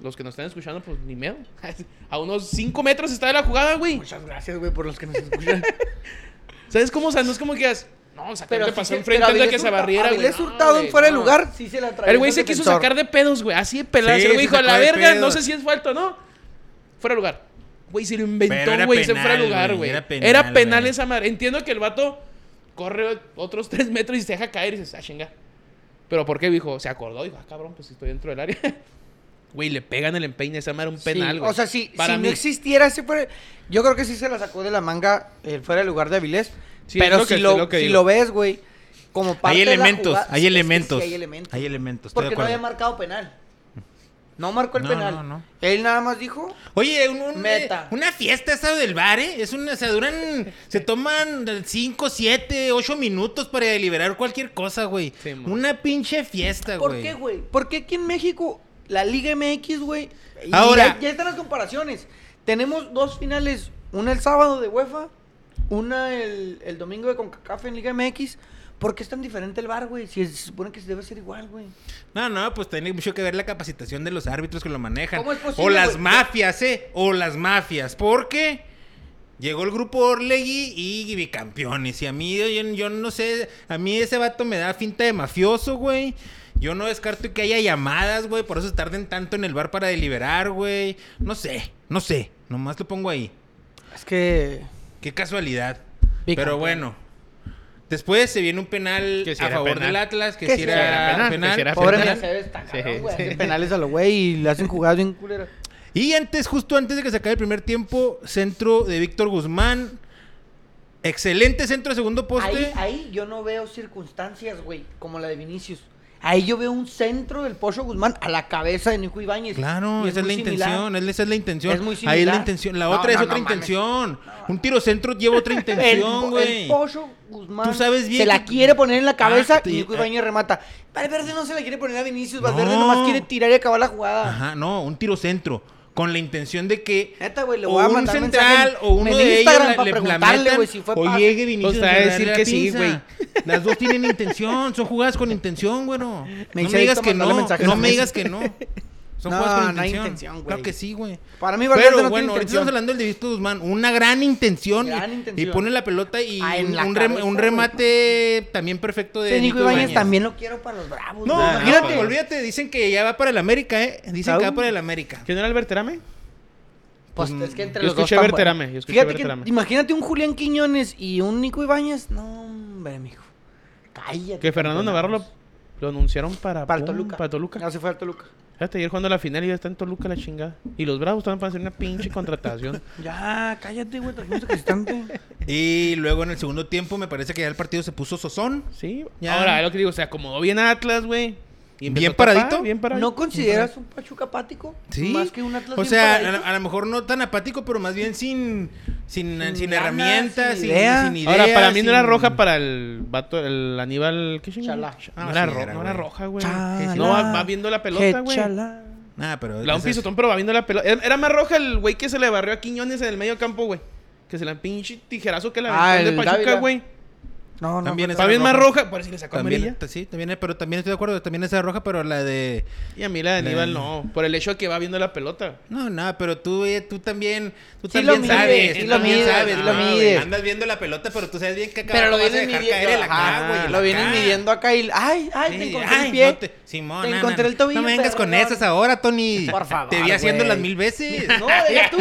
C: Los que nos están escuchando, pues ni miedo. [LAUGHS] A unos 5 metros está de la jugada, güey.
A: Muchas gracias, güey, por los que nos escuchan.
C: ¿Sabes cómo? O sea, no es como que digas, no, o sea, ¿qué
A: pero
C: te
A: sí
C: pasó
A: se-
C: enfrente
A: pero
C: antes de que
A: Avilés
C: se
A: Hurta-
C: barriera, güey?
A: Avilés
C: No,
A: Hurtado
C: güey,
A: en fuera de
C: no.
A: lugar, sí se la atraviesa
C: El güey se quiso
A: defensor.
C: sacar de pedos, güey. Así de pelazo,
B: Sí,
C: güey.
B: se
C: Dijo, a
B: sacó
C: la
B: de
C: verga, no
B: pedos.
C: sé si es falta o no. Fuera de lugar. Güey, se lo
B: Pero
C: inventó,
B: era
C: güey. Se
B: penal,
C: fuera de lugar,
B: güey,
C: güey. Era
B: era
C: penal,
B: penal, güey.
C: esa madre. Entiendo que el vato corre otros [LAUGHS] tres metros y se deja caer y dices, ah, chinga. Pero ¿por qué, dijo? Se acordó. Dijo, ah, cabrón, pues estoy dentro del área. [LAUGHS] Güey, le pegan el empeine esa madre un penal,
A: Sí,
C: güey.
A: O sea, si,
C: Para
A: si
C: mí.
A: no existiera ese fuera- Yo creo que sí se la sacó de la manga el fuera de lugar de Avilés.
C: Sí, es
A: pero
C: lo
A: si,
C: que-
A: lo,
C: es lo que
A: si
C: digo.
A: lo ves, güey, como parte
B: Hay
A: de la
B: elementos,
A: jugada-
B: hay
A: es que sí
B: elementos.
A: hay elementos.
B: Hay elementos, estoy de
A: Porque no había
B: acuerdo.
A: marcado penal. No marcó el
B: No,
A: penal.
B: no, no.
A: Él nada más dijo.
B: Oye, un- un-
A: Meta.
B: eh, una fiesta esa del bar, ¿eh? Es una, se
A: [LAUGHS]
B: duran, se toman 5, 7, 8 minutos para deliberar cualquier cosa, güey.
C: Sí, mo.
B: una pinche fiesta, güey.
A: ¿Por qué, güey? ¿Por qué aquí en México, la Liga MX, güey? y
B: Ahora-
A: Ya, ya están las comparaciones. Tenemos dos finales. Una el sábado de UEFA. Una el, el domingo de CONCACAF en Liga MX. ¿Por qué es tan diferente el bar, güey? Si se supone que se debe ser igual, güey.
B: No, no, pues tiene mucho que ver la capacitación de los árbitros que lo manejan.
A: ¿Cómo es posible,
B: o las
A: güey?
B: mafias, ¿eh? O las mafias. Porque llegó el grupo Orlegui y bicampeones. Y a mí, yo, yo no sé, a mí ese vato me da finta de mafioso, güey. Yo no descarto que haya llamadas, güey. Por eso se tarden tanto en el bar para deliberar, güey. No sé, no sé. Nomás lo pongo ahí.
A: Es que...
B: Qué casualidad.
A: Bicampeón.
B: Pero bueno. Después se viene un penal
C: Que si
B: a
C: era
B: favor
C: penal.
B: del Atlas, que,
A: Que
B: si
A: si
B: era,
C: era penal,
B: penal.
C: que si era
A: Pobre
C: penal.
A: Mira Cebes, está
C: Sí,
A: cabrón, güey.
C: sí.
A: Hacen penales a los güey y le hacen jugadas bien culeras.
B: Y antes, justo antes de que se acabe el primer tiempo, centro de Víctor Guzmán. Excelente centro de segundo poste.
A: Ahí, ahí yo no veo circunstancias, güey, como la de Vinicius. Ahí yo veo un centro del Pocho Guzmán a la cabeza de Nico Ibáñez.
B: Claro,
A: Y
B: esa es la
A: muy similar.
B: intención, es- esa es la intención.
A: Es muy
B: ahí es la
A: similar.
B: intención. La
A: No,
B: otra es
A: no,
B: otra
A: no mames.
B: intención. Un tiro centro lleva
A: [LAUGHS]
B: otra
A: El,
B: intención,
A: po- el
B: güey.
A: Pocho Guzmán
B: Tú sabes bien
A: se la
B: que-
A: quiere poner en la cabeza
B: Ah,
A: y
B: sí,
A: Nico
B: ah.
A: Ibáñez remata. Valverde no se la quiere poner a Vinicius, Valverde
B: No.
A: nomás quiere tirar y acabar la jugada.
B: Ajá, no, un tiro centro. Con la intención de que
A: Neta, güey, le
B: o
A: voy a
B: un
A: mandar
B: central
A: mensaje en-
B: o uno
A: en
B: de ellos
A: Instagram
B: la-
A: para
B: le- la
A: preguntarle,
B: metan
A: güey, si fue
B: o
A: pase.
B: llegue Vinicius
C: O sea,
B: a
C: decir
B: darle la
C: que sí,
B: pinza.
C: güey.
B: [LAUGHS] Las dos tienen intención, son jugadas con intención, güey. No
A: Me
B: me
A: dice
B: digas
A: Héctor
B: que
A: mandarle
B: no,
A: mensajes a
B: no me
A: Messi.
B: digas que no.
A: [LAUGHS]
B: Son
A: No,
B: jugadas con
A: no hay
B: intención.
A: intención, güey.
B: Claro que sí, güey.
A: Para mí Valverde
B: Pero
A: no
B: bueno,
A: tiene
B: ahorita estamos
A: intención.
B: hablando del de Víctor Guzmán. Una gran intención.
A: Gran
B: y-
A: intención.
B: Y pone la pelota y
A: Ah, en
B: un,
A: la
B: un rem-
A: cabeza,
B: un
A: güey.
B: remate también perfecto de
A: Sí, Nico Ibáñez
B: Ibáñez.
A: también Ah, lo quiero para los bravos.
B: No,
A: güey.
C: Nah,
B: imagínate,
C: no,
B: olvídate. Dicen que ya va para el América, ¿eh? Dicen que
A: Aún.
B: va para el América.
C: ¿Quién era el Berterame?
A: Pues es que entre
C: yo
A: los dos
C: escuché
A: están
C: Berterame,
A: buenos.
C: yo escuché
A: Fíjate
C: Berterame.
A: que imagínate un Julián Quiñones y un Nico Ibáñez. No, hombre, mijo. Cállate.
C: Que Fernando Navarro lo, lo anunciaron para,
A: Para
C: pum,
A: Toluca.
C: Para Toluca.
A: No, se fue al Toluca.
C: Fíjate, ayer jugando la final y ya está en Toluca la chingada. Y los Bravos también para hacer una pinche [LAUGHS] contratación.
A: Ya, cállate, güey. Trajimos a
B: [LAUGHS]
A: Cristante.
B: Y luego en el segundo tiempo me parece que ya el partido se puso sosón.
C: Sí.
B: Ya.
C: Ahora, es lo que digo, se acomodó bien a Atlas, güey. Y empezó
B: Bien
C: a tapar,
B: paradito.
C: Bien paradito.
A: ¿No consideras un Pachuca apático?
B: Sí.
A: Más que un Atlas
B: O
A: bien
B: sea,
A: paradito?
B: a, a lo mejor no tan apático, pero más bien sin sin,
A: Sin
B: sin,
A: ganas,
B: herramientas,
A: sin
B: sin,
A: idea.
B: sin
C: Ahora,
B: ideas,
C: para mí no era
B: sin-
C: roja para el vato, el Aníbal. ¿Qué
A: Chalá.
C: chingada?
B: Ah,
C: No, era,
B: sí,
C: ro-
B: era,
C: no era
B: güey.
C: roja, güey.
A: Chalá.
C: Pues, No, va, va viendo la pelota, güey.
A: Chalá.
B: Ah, pero
C: La un
B: esa es-
C: pisotón, pero va viendo la pelota. Era era más roja el güey que se le barrió a Quiñones en el medio campo, güey. Que se la pinche tijerazo que la
A: Ah,
C: aventó
A: el
C: el de Pachuca,
A: Dávila.
C: güey.
A: No, no.
B: También
A: fue-
B: es-
C: Para mí es más
B: roja.
C: roja, por eso le sacó amarilla.
B: También, t- sí, también, pero también estoy de acuerdo, también esa roja, pero la de...
C: Y a mí la de
B: La-
C: Aníbal no. Por el hecho de que va viendo la pelota.
B: No, nada, pero tú, eh, tú también, tú
A: Sí lo
B: también
A: mides,
B: sabes,
A: sí
B: tú
A: lo
B: también
A: mides,
B: sabes,
A: sí lo
B: güey.
A: mides.
B: Andas viendo la pelota, pero tú sabes bien que acá
A: Pero lo
B: vas a
A: vienes
B: dejar caer el
A: midiendo.
B: acá,
A: ajá,
B: güey, el
A: lo vienes
B: acá.
A: midiendo acá y. Ay, ay, te
B: Sí,
A: encontré
B: ay,
A: el pie.
B: no te- Simón,
A: Te
B: no,
A: encontré
B: no,
A: el tobillo,
B: No me vengas con
A: perdón.
B: esas ah. ahora, Tony.
A: Por favor,
B: Te vi haciéndolas
A: güey.
B: mil veces.
A: [LAUGHS] No, deja
B: [LAUGHS]
A: tú,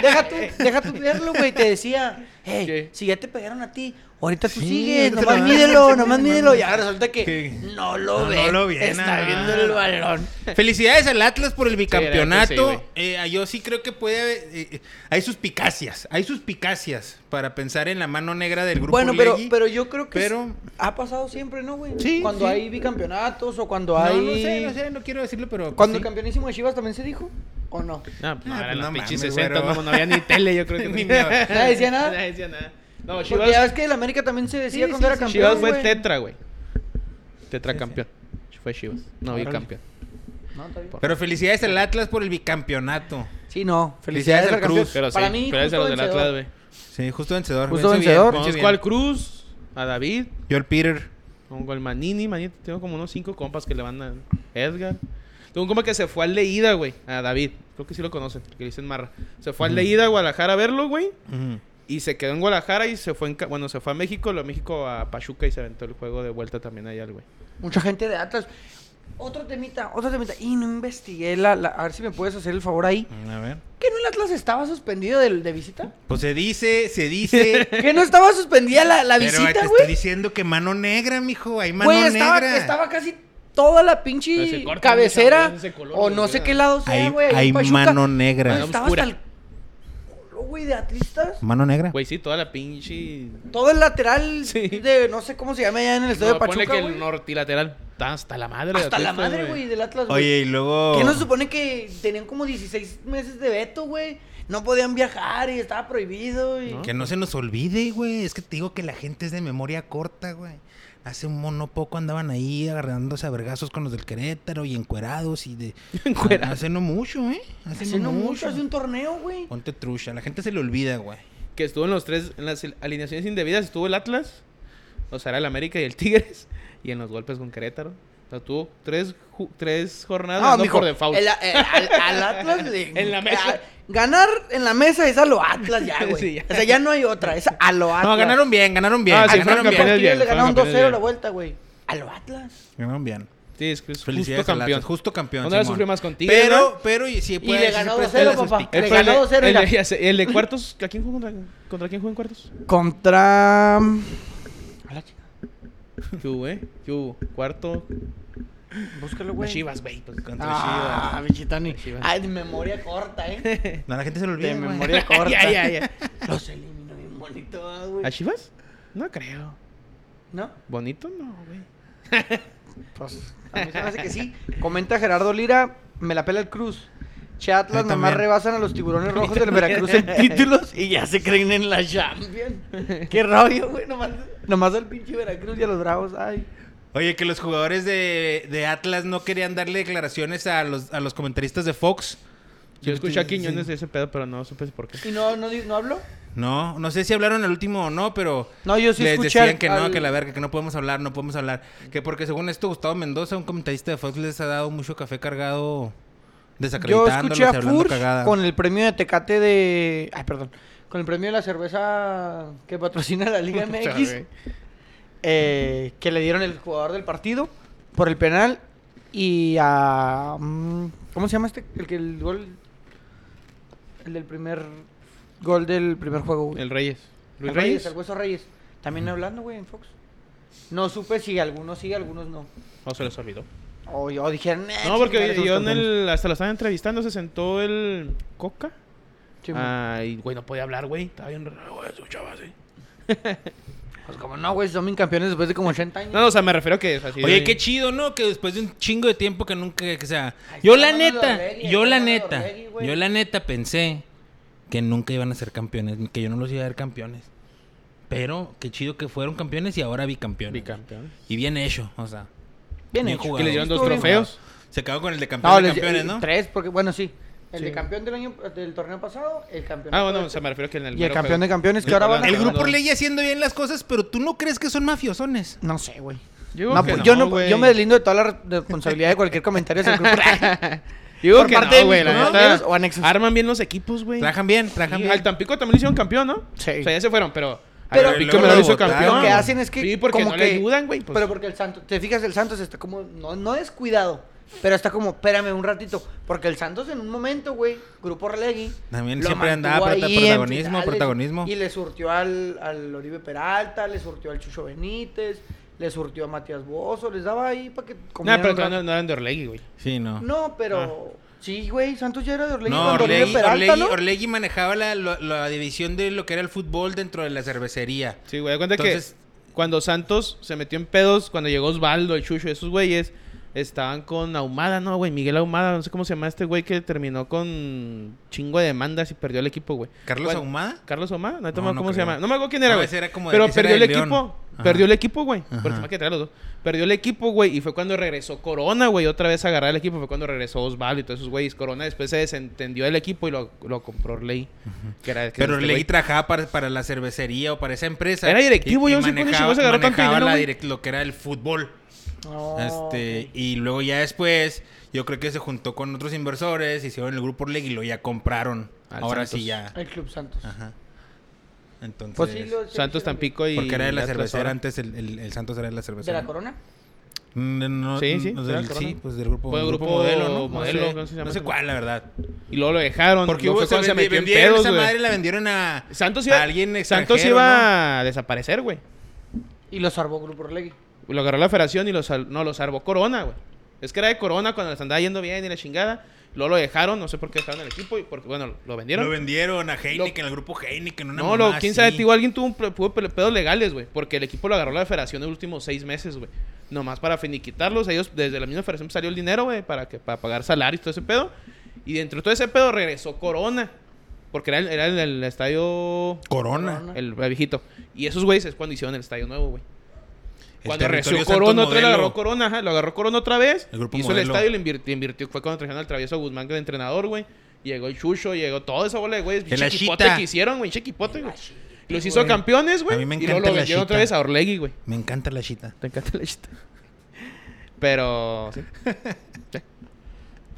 A: deja tú, deja tú verlo, güey. Te decía, hey,
C: ¿Qué?
A: si ya te pegaron a ti, ahorita tú
B: Sí,
A: sigues,
B: ahorita
A: nomás
B: lo-
A: mídelo, nomás mídelo. Y ahora resulta que
B: Sí.
A: no lo
B: No,
A: ve.
B: no lo ve,
A: Está
B: nada.
A: viendo el balón.
B: Felicidades al Atlas por el
C: Sí, la
B: bicampeonato.
C: neta
B: Eh, yo sí creo que puede haber. eh, eh, hay suspicacias. Hay suspicacias para pensar en la mano negra del grupo.
A: Bueno, pero,
B: Orlegui.
A: pero yo creo que
B: pero-
A: s- ha pasado siempre, ¿no, güey?
B: Sí,
A: Cuando
B: sí.
A: hay bicampeonatos o cuando
B: No,
A: hay.
B: no sé, no sé, no quiero decirlo, pero. pues,
A: Cuando
B: sí.
A: el campeonísimo de Chivas también se dijo, ¿o no?
C: No, pues, no,
B: Ah,
C: eran
B: pues,
C: los
B: no
C: pinches
B: mames,
C: 60,
B: güero.
C: no, no había ni tele, yo creo
B: [LAUGHS]
C: que
B: Ni
C: no.
B: nada.
A: ¿Nadie decía nada?
C: Nadie decía nada. No,
A: Porque ya
C: Chivas,
A: ves que el América también se decía
B: Sí,
A: cuando
B: sí,
A: era
B: sí,
A: campeón.
C: Chivas fue
A: güey.
C: tetra, güey. Tetra campeón. Fue Chivas. No,
A: Órale.
C: bicampeón.
A: No, está bien.
B: Pero felicidades al Atlas por el bicampeonato.
A: Sí, no. Felicidades,
B: Felicidades al
A: al campeón.
B: Cruz.
C: Pero sí,
A: Pues, Para mí,
C: pero es a
A: justo
C: los del
A: vencedor.
C: Atlas, güey.
B: Sí, justo vencedor.
A: Justo
B: vence bien,
A: vencedor.
B: vence
C: Con
B: bien.
C: Oscar Cruz, a David,
B: Yo al Peter.
C: con Golmanini, manito. Tengo como unos cinco compas que le van a Edgar. Tengo un compa que se fue al Leída, güey, a David. Creo que sí lo conocen, que le dicen Marra. Se fue al Leída a Guadalajara a verlo, güey. Y se quedó en Guadalajara y se fue, en, ca- bueno, se fue a México, lo México a Pachuca y se aventó el juego de vuelta también allá, el güey.
A: Mucha gente de Atlas. Otro temita, otro temita. Y no investigué la, la- A ver si me puedes hacer el favor ahí.
B: A ver.
A: ¿Que no el Atlas estaba suspendido del- de, visita?
B: Pues se dice, se
A: [LAUGHS]
B: dice.
A: ¿Que no estaba suspendida la, la
B: pero eh, te
A: visita,
B: estoy
A: güey?
B: diciendo que mano negra, mijo. Hay mano
A: Güey, estaba,
B: negra.
A: estaba casi toda la
C: Pero se
A: pinche
C: cortan
A: cabecera.
C: esas- ese color,
A: o
C: güey,
A: no sé
C: ¿verdad?
A: qué lado
B: Hay-
A: sea, güey. ahí en
B: hay
A: Pachuca.
B: mano negra.
A: Güey, Estaba
C: Oscura.
A: hasta el culo, güey, de atlistas.
B: Mano negra.
C: Güey, sí, toda la pinche...
A: Todo el lateral
C: Sí.
A: de no sé cómo se llama allá en el estadio
C: No,
A: de
C: ponle
A: Pachuca,
C: que el
A: güey.
C: nortilateral está hasta la madre. de
A: Hasta la
C: Atlético,
A: madre, güey, del Atlas, güey.
B: Oye, y luego.
A: ¿Qué no se supone que tenían como 16 meses de veto, güey? No podían viajar y estaba prohibido. Y...
C: ¿No?
B: Que no se nos olvide, güey. Es que te digo que la gente es de memoria corta, güey. Hace un mono poco andaban ahí agarrándose a vergazos con los del Querétaro y encuerados y
A: [LAUGHS]
B: de.
C: Encuerados.
B: Hace no mucho, ¿eh? Hace,
A: Hace no mucho, hace un torneo, güey.
B: Ponte trucha. La gente se le olvida, güey.
C: que estuvo en los tres, en las alineaciones indebidas, estuvo el Atlas, o sea, era el América y el Tigres, y en los golpes con Querétaro. O sea, tuvo tres, ju- tres jornadas
A: No,
C: no
A: mijo,
C: por default.
A: el- el- al, al
C: [LAUGHS]
A: Atlas le-
C: En la mesa.
A: a- ganar en la mesa es a lo Atlas ya, güey.
C: [LAUGHS] Sí, ya.
A: O sea, ya no hay otra, es a lo Atlas.
B: No, ganaron bien, ganaron bien.
C: Ah, sí,
B: ganaron,
C: fueron
B: bien.
C: campeones.
A: Tigres
C: bien,
A: le
C: fueron
A: ganaron
C: campeones
A: 2-0 la
C: bien.
A: vuelta, güey. A lo Atlas.
B: Ganaron bien.
C: Sí, es que es justo
B: Felicidades al
C: campeón.
B: Atlas, Justo campeón.
C: ¿Dónde la
B: Simón.
C: sufrió más contigo?
B: Pero, pero, y sí,
A: Y le
B: sí se
A: ganó
B: presta
A: 2-0,
B: la
A: papá.
B: suspicacia.
C: El,
A: Le
C: fue el
A: ganó
C: de-
A: 2-0,
C: el de-
A: mira.
C: ya sé, el de cuartos, ¿a quién jugó contra, contra quién jugó en cuartos?
A: [LAUGHS] Contra.
C: A la chica. ¿Qué hubo, eh? ¿Qué hubo? Cuarto,
A: Búscalo,
C: las
A: güey.
C: Chivas, güey. pues.
B: Contra
A: Ah, bichitani.
C: Chivas.
A: Ay, de memoria corta, eh.
B: Chivas. No, la gente se le
A: [LAUGHS]
B: olvida.
A: De
B: güey.
A: [LAUGHS]
B: [LAUGHS]
A: memoria corta.
C: Ya, ya, ya.
A: Los elimino bien bonito, ah, güey.
C: ¿A Chivas? No creo.
A: ¿No?
C: ¿Bonito? No, güey.
A: Pues, a mí se me hace que sí. [LAUGHS] Comenta Gerardo Lira, me la pela el Cruz. Che Atlas
B: Ay,
A: nomás
B: también.
A: rebasan a los [LAUGHS] tiburones rojos del Veracruz [LAUGHS] en títulos y ya se creen en la Champions. Qué rollo, güey. Nomás, nomás al pinche Veracruz y a los bravos. Ay.
B: Oye, que los jugadores de, de Atlas no querían darle declaraciones a los, a los comentaristas de Fox.
C: Yo escuché a
B: Sí, sí, sí.
C: Quiñones de ese pedo, pero no supe por qué.
A: ¿Y no, no, di- no hablo?
B: No, no sé si hablaron al último o no, pero
A: No, yo sí
B: les
A: escuché
B: decían
A: al-
B: que no,
A: al-
B: que la verga, que no podemos hablar, no podemos hablar. Que porque según esto, Gustavo Mendoza, un comentarista de Fox, les ha dado mucho café
A: Yo
B: cargado desacreditándolos
A: escuché a
B: y hablando
A: Furch
B: cagada.
A: con el premio de Tecate de. Ay, perdón. Con el premio de la cerveza que patrocina la
B: [LAUGHS]
A: Liga MX.
C: güey.
A: eh, que le dieron el jugador del partido por el penal. Y a. mm, ¿Cómo se llama este? El que el gol. El del primer. Gol del primer juego, güey.
C: El Reyes. ¿Luis
A: Al
C: Reyes?
A: Al Hueso Reyes. También hablando, güey, en Fox. No supe si algunos sí, algunos no.
C: No se les olvidó.
A: O, o dijeron. "Eh,
C: No, porque
A: chingados,
C: yo,
A: los
C: en
A: Eh, campeones".
C: el. Hasta lo estaban entrevistando, se sentó el. Coca.
A: Sí, güey.
C: Ay, güey, no podía hablar, güey. Estaba bien raro, güey, escuchaba así.
A: Pues como no, güey, son mis campeones después de como 80 años.
C: No, no, o sea, me refiero que es así.
B: Oye,
C: de-
B: qué chido, ¿no? Que después de un chingo de tiempo que nunca, que sea...
A: Ay,
B: Yo
A: está
B: la
A: hablando de
B: neta,
A: Orlegui,
B: yo
A: está
B: la
A: hablando de
B: neta,
A: Orlegui, güey.
B: yo la neta pensé que nunca iban a ser campeones, que yo no los iba a ver campeones. Pero qué chido que fueron campeones y ahora bicampeones.
C: Bicampeón.
B: Y bien hecho, o sea.
A: Bien
B: bien
A: hecho.
B: jugado.
C: Que le dieron dos
A: Estuvo bien
C: trofeos.
B: Se acabó con el de campeón
A: No,
B: de
A: les-
B: campeones, ¿no?
A: Tres, porque bueno, sí. El de campeón del, año, del torneo pasado, el campeón.
C: Ah, bueno, o sea, me refiero que en el.
A: Y el
C: mero
A: campeón de
C: juego.
A: campeones que ahora van a...
B: El
C: Pero
B: grupo
C: no.
B: ley haciendo bien las cosas, pero tú no crees que son mafiosones.
A: este. No sé, güey.
C: Yo
A: No,
C: digo que
A: pues, yo,
C: no,
A: no-
C: güey.
A: yo me deslindo de toda la re- responsabilidad de cualquier comentario hacia el grupo.
C: [LAUGHS] Digo
A: por
C: que
A: parte de
C: no, güey, la
A: los
C: neta,
A: medios o anexos.
C: Arman bien los equipos, güey.
B: Trabajan bien, trabajan
C: Y
B: bien.
C: Al Tampico también le hicieron campeón, ¿no?
A: Sí.
C: O sea, ya se fueron, pero.
A: Pero-
C: al Tampico
B: Luego
C: me lo
B: lo
C: hizo
B: botaron.
C: campeón.
A: Lo que hacen es que
C: Sí, porque
A: como
C: no
A: que
C: le ayudan, güey. Pues.
A: Pero porque el Santos, te fijas, el Santos está como no no descuidado, pero está como, espérame un ratito, porque el Santos en un momento, güey, grupo Relegui
B: También
A: lo
B: siempre andaba
A: mantuvo
B: prota-
A: ahí en
B: protagonismo,
A: finales,
B: protagonismo.
A: Y le surtió al, al Oribe Peralta, le surtió al Chucho Benítez, le surtió a Matías Bozo, les daba ahí para que
C: Nah,
A: comieran
C: pero
A: un
C: todavía no,
A: rato.
C: no eran de Orlegui, güey.
B: Sí, no.
A: No, pero sí, güey, Santos ya era de Ah. Orlegui
B: No,
A: cuando Oribe
B: Orlegui,
A: Peralta,
B: Orlegui-
A: ¿no?
B: Orlegui manejaba la, lo- la división de lo que era el fútbol dentro de la cervecería.
C: Sí, güey. da cuenta
B: Entonces-
C: que cuando Santos se metió en pedos, cuando llegó Osvaldo, el Chucho, esos güeyes, estaban con Ahumada, ¿no, güey? Miguel Ahumada, no sé cómo se llama este güey que terminó con chingo de demandas y perdió el equipo, güey.
B: ¿Carlos
C: Cuando-
B: Ahumada?
C: Carlos Ahumada, no, te
B: No,
C: acuerdo
B: no
C: cómo se
B: creo.
C: llama. No me acuerdo quién era,
B: No,
C: güey.
B: ese era como de-
C: Pero
B: ese era
C: perdió el
B: de León.
C: equipo.
B: Ajá.
C: Perdió el equipo, güey. Por
B: Ajá.
C: encima que trae los dos. Perdió el equipo, güey. Y fue cuando regresó Corona, güey. Otra vez a agarrar el equipo. Fue cuando regresó Osvaldo y todos esos güeyes. Corona después se desentendió del equipo y lo, lo compró Orley. que era- que
B: Pero
C: este
B: Orlegui
C: güey.
B: trabajaba para, para la cervecería o para esa empresa.
C: Era directivo, yo no sé cómo
B: manejaba-
C: chingados agarró tanto
B: manejaba
C: dinero,
B: la
C: güey.
B: direct- lo que era el fútbol.
A: No,
B: Este, y luego ya después, yo creo que se juntó con otros inversores, hicieron el grupo Orlegui y lo ya compraron.
C: Al
B: Ahora
C: Santos.
B: sí ya.
A: el Club Santos.
B: Ajá. Entonces.
A: Pues ah, sí, lo-
C: Santos
A: sí,
C: Tampico y.
B: porque era de la
C: Atlas
B: cervecera
C: ahora.
B: antes, el, el- el Santos era de la
A: de
B: cervecera.
A: la Corona.
B: Mm, No,
C: Sí, sí,
B: no,
C: era
B: del-
C: el Corona.
B: sí, pues del grupo,
C: Fue el
B: grupo
C: grupo
B: modelo, ¿no?
C: modelo,
B: no sé,
C: ¿cómo se llama
B: no sé
C: ese?
B: cuál, la verdad.
C: Y luego lo dejaron.
B: Porque hubo
C: luego fue
B: se,
C: cuando se
B: vendi-
C: metió en
B: vendieron
C: pedos,
B: esa madre
C: güey.
B: la vendieron a,
C: Santos iba,
B: a alguien extranjero.
C: Santos iba a desaparecer, güey.
A: Y lo salvó Grupo Orlegui.
C: Lo agarró la federación y lo sal- no, lo salvó Corona, güey. Es que era de Corona cuando les andaba yendo bien y la chingada. Luego lo dejaron, no sé por qué dejaron el equipo y porque, bueno, lo
B: ¿no?
C: vendieron.
B: Lo vendieron a Heineken, al grupo Heineken, una
C: no, lo,
B: mamá
C: quién
B: así.
C: sabe, tío, alguien tuvo un pe- tuvo pe- pedos legales, güey. Porque el equipo lo agarró la federación en los últimos seis meses, güey. Nomás para finiquitarlos. Ellos, desde la misma federación salió el dinero, güey, para, que- para pagar salarios y todo ese pedo. Y dentro de todo ese pedo regresó Corona. Porque era, el- era el, el estadio.
B: Corona.
A: Corona.
C: El, el viejito. Y esos güeyes es cuando hicieron el estadio nuevo, güey.
B: El
C: Cuando
B: territorio
C: regresó
B: Santos
C: Corona, otra vez lo
B: modelo.
C: agarró Corona, ajá, lo agarró Corona otra vez.
B: El grupo
C: hizo el
B: modelo.
C: estadio y le invirtió, invirtió. Fue cuando trajeron al travieso Guzmán, que era el entrenador, güey. Llegó el Chucho, llegó toda esa bola de güeyes. pinche
B: El
C: equipote
B: Ashita.
C: que hicieron, güey. pinche equipote, güey. Los hizo
A: güey.
C: campeones,
B: A
C: güey.
B: mí me
C: Y luego
B: encanta
C: lo
B: el
C: vendieron otra
B: Ashita.
C: vez a Orlegui, güey.
B: Me encanta la chita.
C: Te encanta el Ashita. Pero. sí.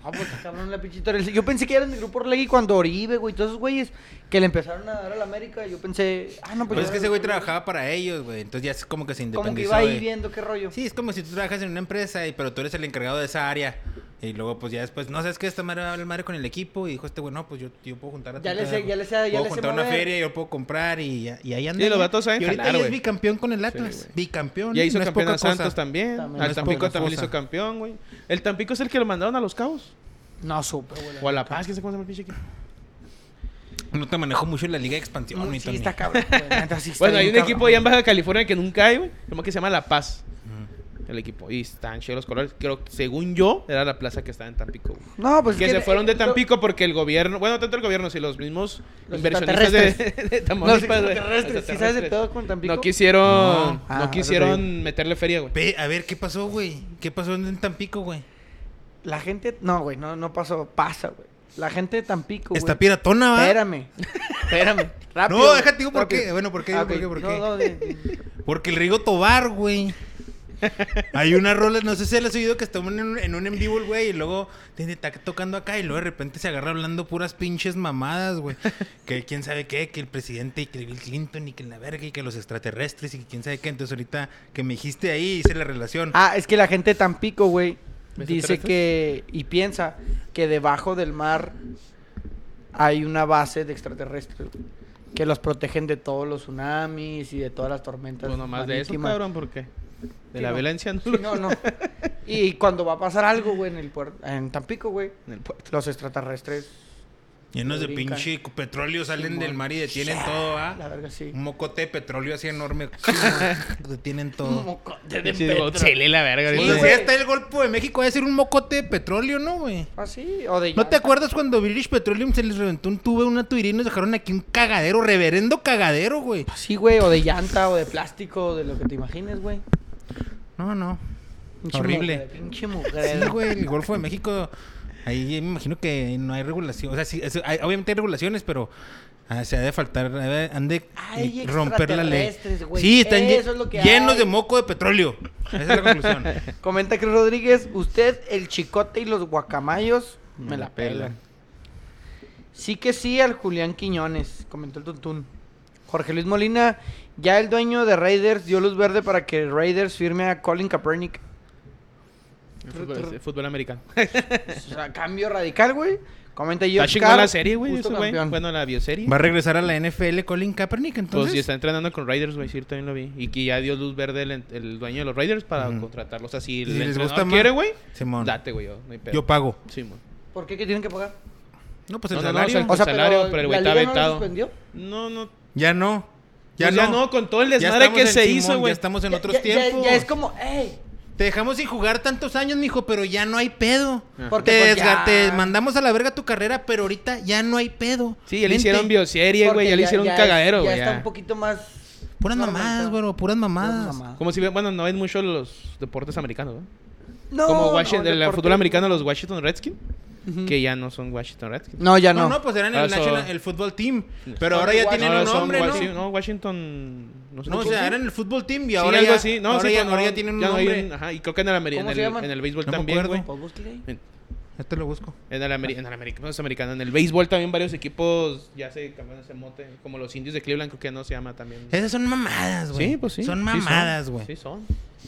A: Ah, pues está cabrón la pinche historia. Yo pensé que eran del grupo Orlegui cuando Oribe, güey, todos esos güeyes que le empezaron a dar a la América. Yo pensé, ah, no, pues.
B: Pues es
A: ya
B: que
A: era
B: ese güey
A: del grupo
B: trabajaba para ellos, güey. Entonces ya es como que se
A: Orlegui. Como que
B: independizó.
A: iba ahí
B: de-
A: viendo qué rollo.
B: Sí, es como si tú trabajas en una empresa y pero tú eres el encargado de esa área. Y luego pues ya después, no sabes que esta madre va a hablar madre con el equipo y dijo este güey, no, pues yo, yo puedo juntar a
A: Ya
B: tanta-
A: le sé- ya le sé- ya
B: puedo
A: le sé
B: juntar una
A: mover".
B: feria, yo puedo comprar y, ya- y ahí anda.
C: Sí, los
B: ya.
C: vatos saben
B: Y ahorita
C: jalar,
B: ya es
C: güey.
B: bicampeón con el Atlas.
C: güey.
B: bicampeón.
C: Ya hizo
B: no es
C: campeón
B: poca
C: a Santos
B: cosa.
C: también.
A: También
C: Al
A: es
C: Tampico
B: poca
C: también le
B: cosa.
C: hizo campeón, güey. El Tampico es el que lo mandaron a los cabos.
A: No supe, güey.
C: O a La Paz, que se cómo se llama el pinche equipo.
B: No te manejó mucho en la Liga de Expansión.
A: Mm,
B: mi
A: sí,
B: Tony.
A: está cabrón. güey, neta, sí está
C: Bueno, hay
A: bien
C: un
A: cabrón.
C: equipo allá en Baja California que nunca hay, güey. Como que se llama La Paz. El equipo. Y están chidos los colores. Creo que, según yo, era la plaza que estaba en Tampico. güey.
A: No, pues. es
C: que se
A: eh,
C: fueron de
A: lo-
C: Tampico porque el gobierno. Bueno, tanto el gobierno, si los mismos
A: Los
C: inversionistas de,
A: extraterrestres.
C: [LAUGHS] de
A: Los
C: Tamaulipas, güey.
A: extraterrestres. ¿Sí sabes de todo con Tampico?
C: No quisieron. No,
A: Ah, eso te
C: quisieron meterle feria, güey.
B: Ve, a ver, ¿qué pasó, güey? ¿Qué pasó en en Tampico, güey?
A: La gente. No, güey, no, no pasó. Pasa, güey. La gente de Tampico. Pues, güey.
B: Está piratona, ¿va?
A: Espérame. Espérame. Rápido.
B: [LAUGHS] No,
A: güey,
B: déjate digo por
A: rápido.
B: qué. Bueno, ¿por qué?
A: Ah,
B: digo
A: ok.
B: por qué, por
A: No,
B: qué?
A: no, de- de-
B: Porque el Rigo Tobar, güey. Hay una rola, no sé si la has oído, que está en un en, un en vivo el güey y luego tiene- está tocando acá y luego de repente se agarra hablando puras pinches mamadas, güey. Que quién sabe qué, que el presidente y que Bill Clinton y que la verga y que los extraterrestres y que quién sabe qué. Entonces ahorita que me dijiste ahí hice la relación.
A: Ah, es que la gente de Tampico, güey,
C: ¿Ves
A: dice
C: extraterrestres?
A: que y piensa que debajo del mar hay una base de extraterrestres güey, que los protegen de todos los tsunamis y de todas las tormentas.
C: Bueno, más Pues de eso,
A: marítimas.
C: cabrón, porque. De
A: Sí,
C: la
A: no.
C: violencia no.
A: Sí, no,
C: [LAUGHS]
A: no. Y cuando va a pasar algo, güey, en el puerto, en Tampico, güey,
C: En el puerto.
A: los extraterrestres,
B: Llenos de
A: brincan.
B: pinche petróleo salen
A: Simón.
B: del mar y detienen todo,
A: la
B: ¿ah?
A: verga sí.
B: Un mocote de petróleo
A: [LAUGHS]
B: así enorme. detienen todo.
A: Mocote de
C: Pinche
A: Petro.
C: Godzilla y la verga.
A: Sí,
B: Pues
C: güey.
A: güey.
B: así está el golpe de México, va a ser un mocote de petróleo, ¿no, güey?
A: Ah, sí, o de
B: ¿No te
A: llantas.
B: acuerdas cuando British Petroleum se les reventó un tubo, una tubería y nos dejaron aquí un cagadero, reverendo cagadero, güey?
A: Sí, güey, o de llanta, o de plástico, o de lo que te imagines, güey.
B: No, no.
A: Pinche
B: Horrible.
A: mugre, Pinche
B: Sí,
A: mugrero.
B: güey, el Golfo de México Ahí me imagino que no hay regulación. O sea, sí, es- hay- obviamente hay regulaciones, pero ah, se ha de faltar, eh, han de
A: Hay
B: eh, romper la ley.
A: extraterrestres, güey.
B: Sí, están lle-
A: Eso es lo que
B: llenos
A: hay.
B: de moco de petróleo. Esa es
A: [LAUGHS]
B: la conclusión.
A: Comenta Cruz Rodríguez, usted, el chicote y los guacamayos me, la pelan. Sí que sí al Julián Quiñones, comentó el Tuntún. Jorge Luis Molina, ya el dueño de Raiders dio luz verde para que Raiders firme a Colin Kaepernick.
C: El fútbol, el fútbol americano.
A: O sea, cambio radical, güey. Comenta yo.
C: Está chingona la serie, güey. ese güey. Bueno, la bioserie.
B: Va a regresar a la NFL Colin Kaepernick,
C: Pues sí,
B: entonces.
C: está entrenando con Raiders, güey. Sí, también lo vi. Y que ya dio luz verde el, en- el dueño de los Raiders para
B: Ujú.
C: contratarlos. Así
B: Y
C: el
B: si les
C: entrenador
B: gusta más,
C: quiere, güey.
B: Simón.
C: Date, güey. Yo, no hay pedo.
B: Yo pago.
C: Sí, mon.
A: ¿Por qué que tienen que pagar?
B: No, pues el
C: No, no, no,
B: salario.
C: o sea, salario, pero el güey
A: ¿la
C: está
A: liga no lo
C: vetado.
A: suspendió?
C: No, no.
B: ya no.
C: Ya, no. pues ya no, con todo el desmadre
B: estamos
C: que
B: en-
C: se
B: Simón,
C: hizo, güey.
B: Ya estamos en
A: Ya-
B: otros
A: ya- ya-
B: tiempos.
A: Ya, es como, ey,
B: Te dejamos sin jugar tantos años, mijo, pero ya no hay pedo.
C: Ajá.
A: Porque,
B: te,
A: pues,
B: desga-
A: ya.
B: te mandamos a la verga tu carrera, pero ahorita ya no hay pedo.
C: Sí, ya le
B: Vente.
C: hicieron bioserie, güey.
A: porque
C: Ya, le hicieron un
A: es-
C: cagadero,
A: Ya
C: güey.
A: está
C: ya.
A: un poquito más. Pues,
B: Puras
A: normalizado.
B: mamadas, güey, puras mamadas.
A: Puras mamadas.
C: Como si, bueno, no ven mucho los deportes americanos, ¿no?
A: No,
C: Como
A: no,
C: Washington, el
A: deporte-
C: fútbol americano, los Washington Redskins, que ya no son Washington Redskins.
A: No, ya
B: No,
A: no.
B: no, pues eran
C: Ah,
B: el,
C: eso-
B: National, el Football Team. Pero
A: No,
B: ahora ya
A: no,
B: tienen
A: no,
B: un
C: son
B: nombre, ¿no?
C: Washi- Washington. No, sé
B: No, o
C: cómo se
B: sea,
C: llama.
B: eran el Football Team y
C: Sí,
B: ahora
C: algo
B: ya,
C: así. No,
B: ahora
C: sí,
B: ya,
C: pero
B: ahora
C: no-
B: ya tienen un
C: ya no hay
B: nombre.
C: un- ajá, y creo que en el, ameri-
A: ¿Cómo
C: en
A: se
C: el-
A: llaman?
C: en el béisbol
B: No me
C: también,
B: acuerdo.
C: güey.
A: Pues búsquele ahí.
C: En,
B: Ya te Este lo busco.
C: en el, ameri- en el americano, no es americano. En el béisbol también varios equipos ya se cambiaron ese mote. Como los indios de Cleveland, creo que no se llama también.
B: Esas son mamadas, güey.
C: Sí, pues sí.
B: Son
C: sí
B: mamadas, güey.
C: Sí, son.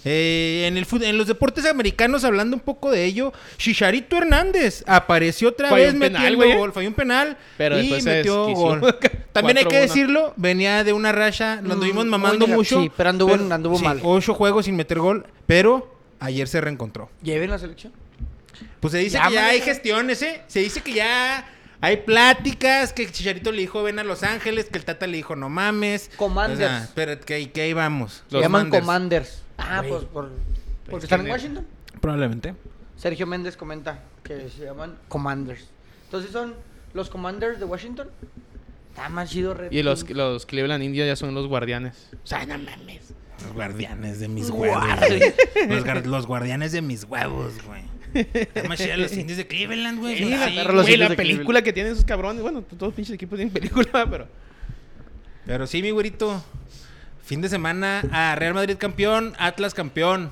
B: Eh, en, el fut- en los deportes americanos, hablando un poco de ello, Chicharito Hernández apareció otra
C: Falló
B: vez
C: un penal,
B: metiendo
C: güey, ¿eh?
B: gol. Falló un penal
C: Pero
B: y
C: después se
B: metió
C: desquició. [LAUGHS]
B: gol. También hay que
C: 4-1.
B: decirlo, venía de una racha, nos
A: Mm,
B: anduvimos
A: muy
B: mamando
A: nega-
B: mucho.
A: sí, pero anduvo- anduvo mal.
B: Ocho juegos sin meter gol, pero ayer se reencontró.
A: ¿Lleven la selección?
B: Pues se dice
A: Ya,
B: que ya
A: maneja.
B: hay gestiones, ¿eh? Se dice que ya hay pláticas, que Chicharito le dijo ven a Los Ángeles, que el Tata le dijo no mames.
A: Commanders.
B: O sea, pero que, que ahí vamos.
A: Se llaman
B: Manders.
A: Commanders. Ah,
B: Güey.
A: pues por, porque
C: que
A: están en
C: ne-
A: Washington.
B: Probablemente.
A: Sergio Méndez comenta que se llaman Commanders. Entonces son los Commanders de Washington. Está más chido. re-
C: Y los, los Cleveland Indios ya son los guardianes.
B: O sea, no mames. Los guardianes de mis
A: Guau.
B: huevos. güey. Los, gar- los guardianes de mis huevos, güey. Está más chida los indios de Cleveland, güey.
C: Sí,
B: Sí,
C: la,
A: perra, los
C: güey, la
A: indios de
C: película que tienen esos cabrones. Bueno, todos pinches equipos tienen [LAUGHS] película, pero.
B: Pero sí, mi güerito. Fin de semana a Real Madrid campeón, Atlas campeón.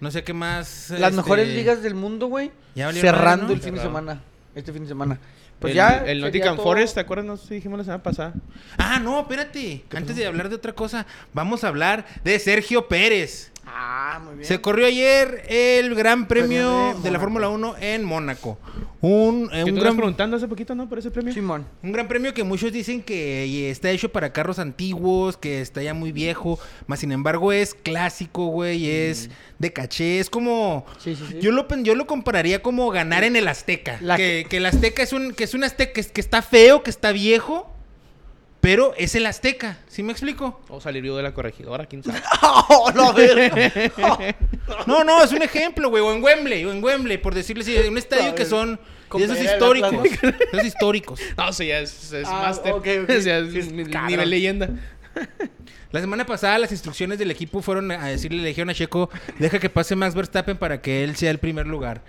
B: No sé qué más.
A: Las
B: este,
A: mejores ligas del mundo, güey.
B: Ya
A: Cerrando
B: valió madre, ¿no?
A: el fin de
C: Cerrado.
A: semana. Este fin de semana. Pues
C: el,
A: ya.
C: El
A: sería
C: Nottingham
A: todo.
C: Forest, ¿te acuerdas? No sé si dijimos la semana pasada.
B: Ah, no, espérate. Antes de hablar de otra cosa, vamos a hablar de Sergio Pérez.
A: Ah, muy bien.
B: Se corrió ayer el Gran Premio
A: Premio
B: de,
A: de
B: la
A: Mónaco.
B: Fórmula 1 en Mónaco. Un, eh,
C: Que
B: un
C: tú
B: gran
C: estabas preguntando hace poquito, ¿no? Por ese premio.
A: Simón.
B: Un gran premio que muchos dicen que eh, está hecho para carros antiguos, que está ya muy viejo, más sin embargo es clásico, güey, es de caché, es como...
A: Sí, sí, sí.
B: Yo lo, pen- yo lo compararía como ganar en el Azteca.
A: La-
B: que, que el Azteca es un, que es un Azteca que, es- que está feo, que está viejo, pero es el Azteca. ¿Sí me
A: [LAUGHS]
B: explico?
C: O salir yo de la corregidora, quién sabe.
A: ¡Oh, la verga!
B: No, no, es un ejemplo, güey. O en Wembley, o en Wembley, por decirles, sí, un estadio que son de esos
A: Comparar el
B: históricos.
A: Atlante.
B: Esos históricos.
C: [LAUGHS] No, o sea, ya es, es
A: Ah,
C: máster.
A: ok, ok.
C: [LAUGHS] O sea, es
A: Sí, es
C: mi-
A: caro.
C: nivel leyenda.
B: La semana pasada las instrucciones del equipo fueron a decirle, le dijeron a Checo, deja que pase Max Verstappen para que él sea el primer lugar.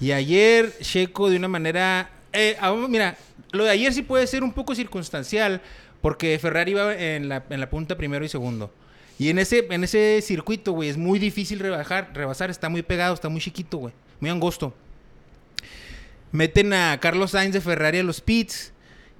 B: Y ayer Checo de una manera... eh, aún- mira, lo de ayer sí puede ser un poco circunstancial porque Ferrari iba en la, en la punta primero y segundo. Y en ese, en ese circuito, güey, es muy difícil rebajar, rebasar, está muy pegado, está muy chiquito, güey, muy angosto. Meten a Carlos Sainz de Ferrari a los pits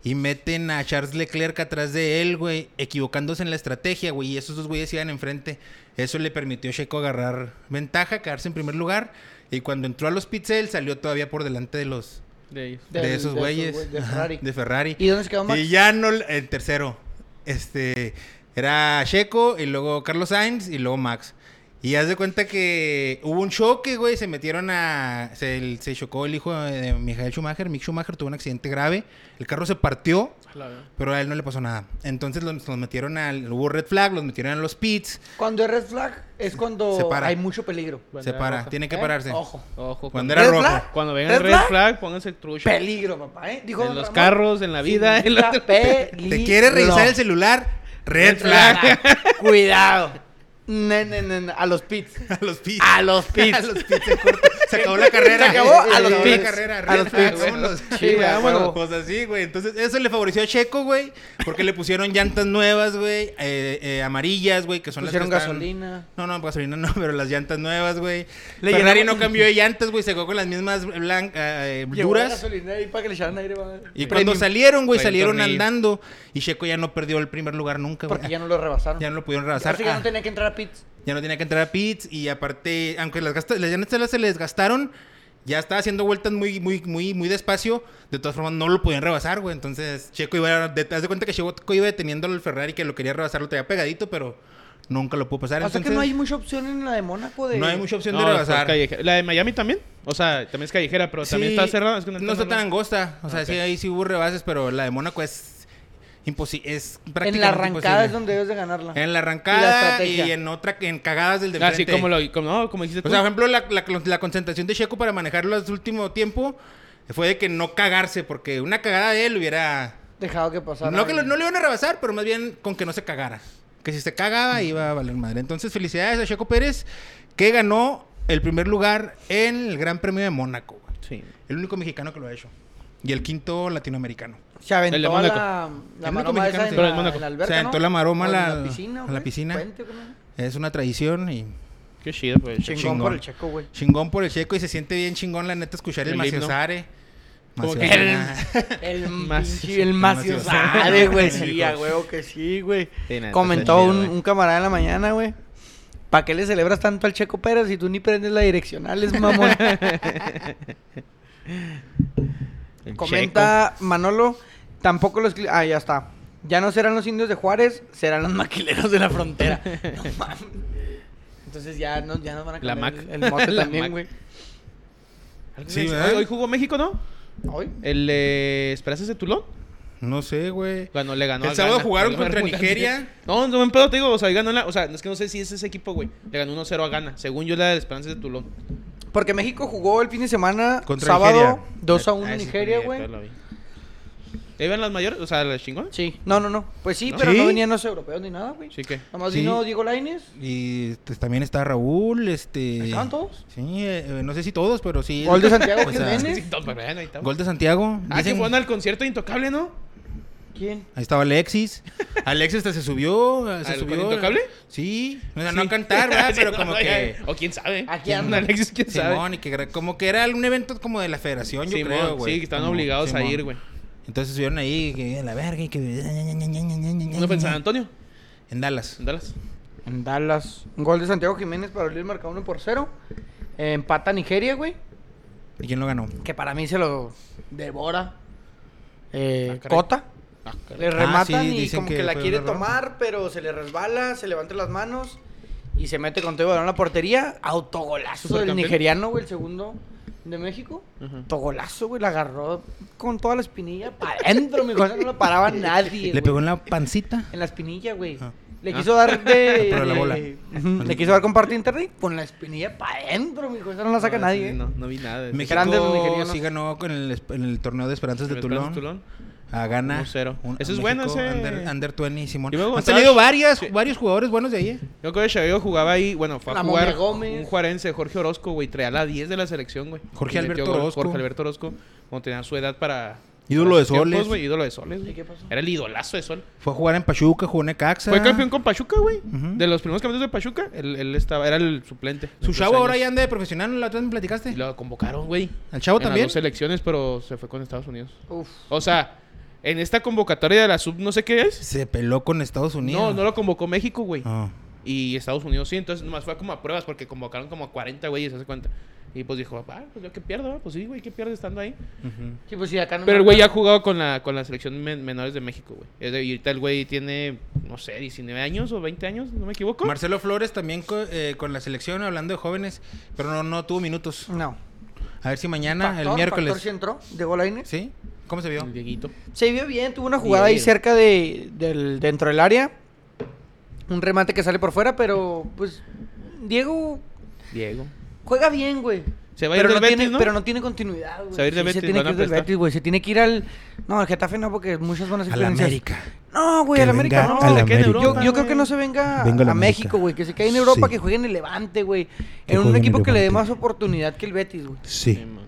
B: y meten a Charles Leclerc atrás de él, güey, equivocándose en la estrategia, güey, y esos dos güeyes iban enfrente. Eso le permitió a Checo agarrar ventaja, quedarse en primer lugar, y cuando entró a los pits él salió todavía por delante de los
C: De ellos.
B: de,
A: Del-
B: esos
A: de
B: güeyes
A: esos güey- de
B: Ajá,
A: Ferrari.
B: de Ferrari.
A: ¿Y dónde se quedó Max?
B: Y ya no el tercero. Este era Checo y luego Carlos Sainz y luego Max. Y haz de cuenta que hubo un choque, güey. Se metieron a. Se, se chocó el hijo de Michael Schumacher. Mick Schumacher tuvo un accidente grave. El carro se partió.
C: La verdad.
B: Pero a él no le pasó nada. Entonces los, los metieron al. Hubo red flag, los metieron a los pits.
A: Cuando es red flag es cuando
B: Se para.
A: hay mucho peligro.
B: se
C: Bandera
B: para,
C: roja.
B: tiene que
A: ¿Eh?
B: pararse.
A: Ojo.
C: Ojo.
B: Cuando
C: Cuando,
B: era
A: ¿Red
B: rojo.
A: flag?
C: cuando
A: ¿Red
C: vengan red
A: flag?
C: flag, pónganse el trucho.
A: Peligro, papá, ¿eh? Dijo
C: En
A: don
C: los
A: Ramón,
C: carros, en la vida, en
A: significa
C: los- [LAUGHS]
A: peligro.
B: ¿Te quieres revisar el celular? Red, flag. [LAUGHS]
A: [LAUGHS] Cuidado. No, no, no, no, A los pits.
B: A los pits. [LAUGHS]
A: A los pits.
B: A los pits en corto. Se acabó la carrera.
A: Ah, Se acabó
B: Se
A: a los
B: acabó la
A: picks.
B: carrera.
A: A los
B: Red flag,
A: picks.
B: vámonos.
A: [LAUGHS] Sí, güey, a
B: Vámonos.
A: huevo.
B: Pues así, güey. Entonces, eso le favoreció a Checo, güey. Porque le pusieron llantas nuevas, güey. eh, eh, amarillas, güey. Que son
A: Pusieron
B: las que están-
A: gasolina.
B: No, no, gasolina no, [LAUGHS] pero las llantas nuevas, güey.
A: Le
B: Ferrari
A: llenaron-
B: no cambió de llantas, güey. Se quedó con las mismas blancas,
A: Llevó la
B: duras.
A: gasolina ahí para que le echaran aire, va.
B: Y
C: Premium.
B: cuando salieron, güey,
C: Traía un
B: salieron
C: tornillo.
B: andando. Y Checo ya no perdió el primer lugar nunca, güey.
A: Porque ya no lo rebasaron.
B: Ya no lo pudieron rebasar.
A: Así que
B: Ah,
A: no tenía que entrar a pits.
B: ya no tenía que entrar a pits. Y aparte, aunque las, gasta- las llantas se le desgastaron, ya estaba haciendo vueltas muy, muy, muy, muy despacio. De todas formas, no lo podían rebasar, güey. Entonces, Checo iba. De, haz de cuenta que Checo iba deteniendo al Ferrari que lo quería rebasar, lo tenía pegadito, pero nunca lo pudo pasar.
A: O sea que
B: Entonces,
A: no hay mucha opción en la de Mónaco de...
B: no hay mucha opción
C: No,
B: de
C: está
B: rebasar.
C: callejera. La de Miami también. O sea, también es callejera, pero también
B: Sí,
C: está cerrada. Es que
B: no,
C: neta
B: está tan
C: no-
B: angosta. O sea,
C: Ok.
B: sí, ahí sí hubo rebases, pero la de Mónaco es imposible. Es prácticamente
A: En la arrancada
B: imposible.
A: es donde debes de ganarla.
B: En la
A: Y la
B: arrancada y,
A: estrategia.
B: en otra, en cagadas del de
C: Ah, sí,
B: enfrente.
C: como, lo, como, no, como dijiste tú.
B: O sea, por ejemplo, la, la- la concentración de Checo para manejarlo al último tiempo fue de que no cagarse, porque una cagada de él hubiera...
A: Dejado que pasara.
B: No, que lo- no le iban a rebasar, pero más bien con que no se cagara. Que si se cagaba iba a valer madre. Entonces, felicidades a Checo Pérez, que ganó el primer lugar en el Gran Premio de Mónaco. güey.
C: Sí.
B: El único mexicano que lo ha hecho. Y el quinto latinoamericano.
A: Se aventó
C: El de
A: a
C: Mónaco.
A: la, la
B: El único
A: maroma esa
B: mexicano,
A: en
B: sí.
A: la,
C: El Mónaco.
A: en la alberca,
B: Se aventó
A: ¿no?
B: la maroma
A: O
B: a
A: en
B: la-
A: piscina,
B: a la
A: güey.
B: piscina.
A: Puente, ¿cómo no?
B: Es una tradición y
C: Qué chido, pues.
A: Chingón,
B: Chingón.
A: por el checo, güey.
B: chingón por el Checo y se siente bien chingón, la neta, escuchar el,
C: El himno.
B: Maciosare.
C: Como que-
B: Maciosare.
A: El
C: Más-
A: pinche- el macio
B: macio
A: sabe, güey.
B: sabe.
A: Sí, a huevo que sí, güey.
C: Sí, neta,
A: Comentó
C: está chido,
A: un,
C: güey.
A: un camarada en la mañana, güey. ¿Para qué le celebras tanto al Checo Pérez si tú ni prendes la direccional, es mamón?
C: El
A: Comenta Manolo, tampoco los... cli- Ah, ya está. Ya no serán los indios de Juárez, serán los maquileros de la
C: [LAUGHS]
A: frontera. No mames. Entonces ya, no, ya nos van a
C: La
A: cambiar
C: Mac.
A: el, el mote
C: [LAUGHS] La
A: también,
C: Mac.
A: güey.
C: checo.
B: Sí,
C: Hoy-
B: ¿verdad?
C: Hoy jugó México, ¿no?
A: Hoy.
C: El eh, Esperanzas de Tulón.
B: No sé, güey.
C: Bueno, le ganó
B: El
C: al
B: sábado
C: Ghana.
B: jugaron
C: Le ganó
B: contra
C: al Ghana.
B: Nigeria.
C: No, no, buen pedo, te digo. O sea, hoy ganó la. O sea, es que no sé si es ese equipo, güey. Le ganó 1-0 a Ghana. Según yo, la de Esperanzas de Tulón.
A: Porque México jugó el fin de semana,
B: Contra
A: sábado,
B: Nigeria.
A: 2 a 1
C: Ah, ese
A: Nigeria,
C: sí,
A: güey.
C: ya la vi. ¿Ahí van las mayores? O sea, las chingonas.
A: Sí, no, no, no. Pues sí,
C: ¿No?
A: pero
B: ¿Sí?
A: no venían los europeos ni nada, güey.
C: Sí que.
A: Nomás
B: Sí.
A: vino Diego Lainez.
B: Y pues, también está Raúl, este...
A: ¿Estaban todos?
B: Sí, eh, eh, no sé si todos, pero sí.
A: Gol de Santiago
B: O sea,
A: Jiménez.
C: [LAUGHS] Sí, todo, bueno, ahí está.
B: Gol de Santiago.
C: Ah, que
B: Dicen-
C: fueron al concierto de Intocable, ¿no?
A: ¿Quién?
B: Ahí estaba
C: [LAUGHS]
B: Alexis. Alexis hasta se subió. eh, Se
C: ¿Al-
B: subió.
C: con Intocable?
B: Sí. O sea, no
C: Sí.
B: a cantar, ¿verdad?
C: [LAUGHS] Sí,
B: Pero
C: no,
B: como
C: no,
B: que...
C: ya, O quién sabe.
A: Aquí anda.
C: Alexis, quién sabe.
B: Simón, y que gra- como que era un evento como de la federación, yo
C: Simón,
B: creo, güey.
C: sí, que están
B: Como-
C: obligados a
B: Simón.
C: ir, güey.
B: Entonces subieron ahí, que la verga, y que...
C: ¿No fue en San Antonio?
B: En Dallas.
C: ¿En Dallas?
A: En Dallas. Un Gol de Santiago Jiménez para abrir el marcado 1 por 0. empata Nigeria, güey.
B: ¿Y quién lo ganó?
A: Que para mí se lo devora. Eh,
C: Ah, caray.
A: Cota.
C: Ah,
A: Le
B: sí,
A: rematan y
B: dicen
A: como que,
B: que
A: la
B: fue
A: quiere
B: un error.
A: tomar, pero se le resbala, se levanta las manos y se mete con todo el balón a la portería. Autogolazo del
C: Supercampeón.
A: nigeriano, güey, el segundo de México.
C: Ujú.
A: Autogolazo, güey, la agarró con toda la espinilla para adentro, mi cosa no la
B: [LAUGHS]
A: paraba nadie.
B: Le
A: güey.
B: pegó en la
A: [LAUGHS]
B: pancita.
A: En la espinilla, güey.
B: Ah.
A: Le quiso
B: [LAUGHS]
A: dar de.
B: Pero la bola.
A: Ujú, Le quiso dar con parte internet con la espinilla para adentro, mijo. Esa no la
B: Ah,
A: saca
C: No,
A: nadie.
C: Ah, sí,
A: eh.
C: No, no vi nada. de eso.
B: México
A: Grandes los nigerianos.
B: sí ganó con el, en el torneo de Esperanzas de
C: Pero Esperanzas
B: Tulón. A Ghana.
C: 1-0.
B: Un-
C: Eso es
B: México,
C: bueno, ese-
B: Under, under 20, Simón.
C: Y luego
B: Han
C: estaba-
B: salido varias,
C: Sí.
B: varios jugadores buenos de ahí. eh.
C: Yo creo que Chavio jugaba ahí, bueno, fue a
A: La
C: jugar
A: Momia Gómez.
C: un juarense, Jorge Orozco, güey, traía la 10 de la selección, güey.
B: Jorge
C: Y metió
B: Alberto
C: gol,
B: Orozco.
C: Jorge Alberto Orozco, cuando tenía su edad para...
B: Ídolo
C: para
B: de
C: sus tiempos,
B: soles.
C: güey, ídolo de soles, güey.
A: ¿Y qué pasó?
C: Era el idolazo de sol.
B: Fue a jugar en Pachuca, jugó en Necaxa.
C: Fue campeón con Pachuca, güey.
B: Ujú.
C: De los primeros campeones de Pachuca, él, él estaba, era el suplente.
B: Su
C: Muchos
B: chavo ahora
C: años.
B: ya anda de profesional, la otra vez me
C: Y
B: platicaste.
C: lo convocaron, güey.
B: ¿Al chavo
C: en las
B: también?
C: dos selecciones, pero se fue con Estados Unidos.
A: Uf.
C: O sea, en esta convocatoria de la sub no sé qué es.
B: Se peló con Estados Unidos.
C: No, no lo convocó México, güey.
B: Ah.
C: Y Estados Unidos sí, entonces nomás fue como a pruebas porque convocaron como a 40 güeyes, se hace cuenta. Y pues dijo, ah, pues yo qué pierdo, ah? pues sí, güey, qué pierde estando ahí.
B: Ujú.
A: Sí, pues sí, acá no
C: Pero el
A: me-
C: güey ya ha jugado con la, con la selección men- menores de México, güey. Es de- Y ahorita el güey tiene, no sé, 19 años o 20 años, no me equivoco.
B: Marcelo Flores también co- eh, con la selección, hablando de jóvenes, pero no, no tuvo minutos.
A: No.
B: A ver si mañana,
A: Factor,
B: el
A: Factor
B: miércoles.
A: sí entró, de Golaines.
B: ¿Sí? ¿Cómo se vio?
C: El Dieguito.
A: Se vio bien, tuvo una jugada ahí
C: Bien.
A: cerca de, del, dentro del área. Un remate que sale por fuera, pero pues Diego
C: Diego.
A: juega bien, güey.
C: Se va a ir
A: Pero
C: del
A: no,
C: Betis,
A: tiene,
C: ¿no?
A: pero no tiene continuidad, güey.
C: Se va a ir del
A: Sí,
C: Betis,
A: Se tiene
C: van
A: que
C: a
A: ir del
C: prestar.
A: Betis, güey. Se tiene que ir al... No, al Getafe no, porque muchas van a ser
B: A la
A: creencias.
B: América.
A: No, güey,
B: Que
A: al América no.
B: venga a la
A: que quede en
B: América.
A: Europa. Yo, yo creo
C: güey.
A: que no se venga
B: Venga a la
A: a
B: América.
A: México, güey. Que se quede en Europa,
B: Sí.
A: que juegue en el Levante, güey.
B: Que
A: En un
B: juegue en
A: equipo
B: el
A: que le dé
B: Levante.
A: más oportunidad que el Betis, güey.
C: Sí, man.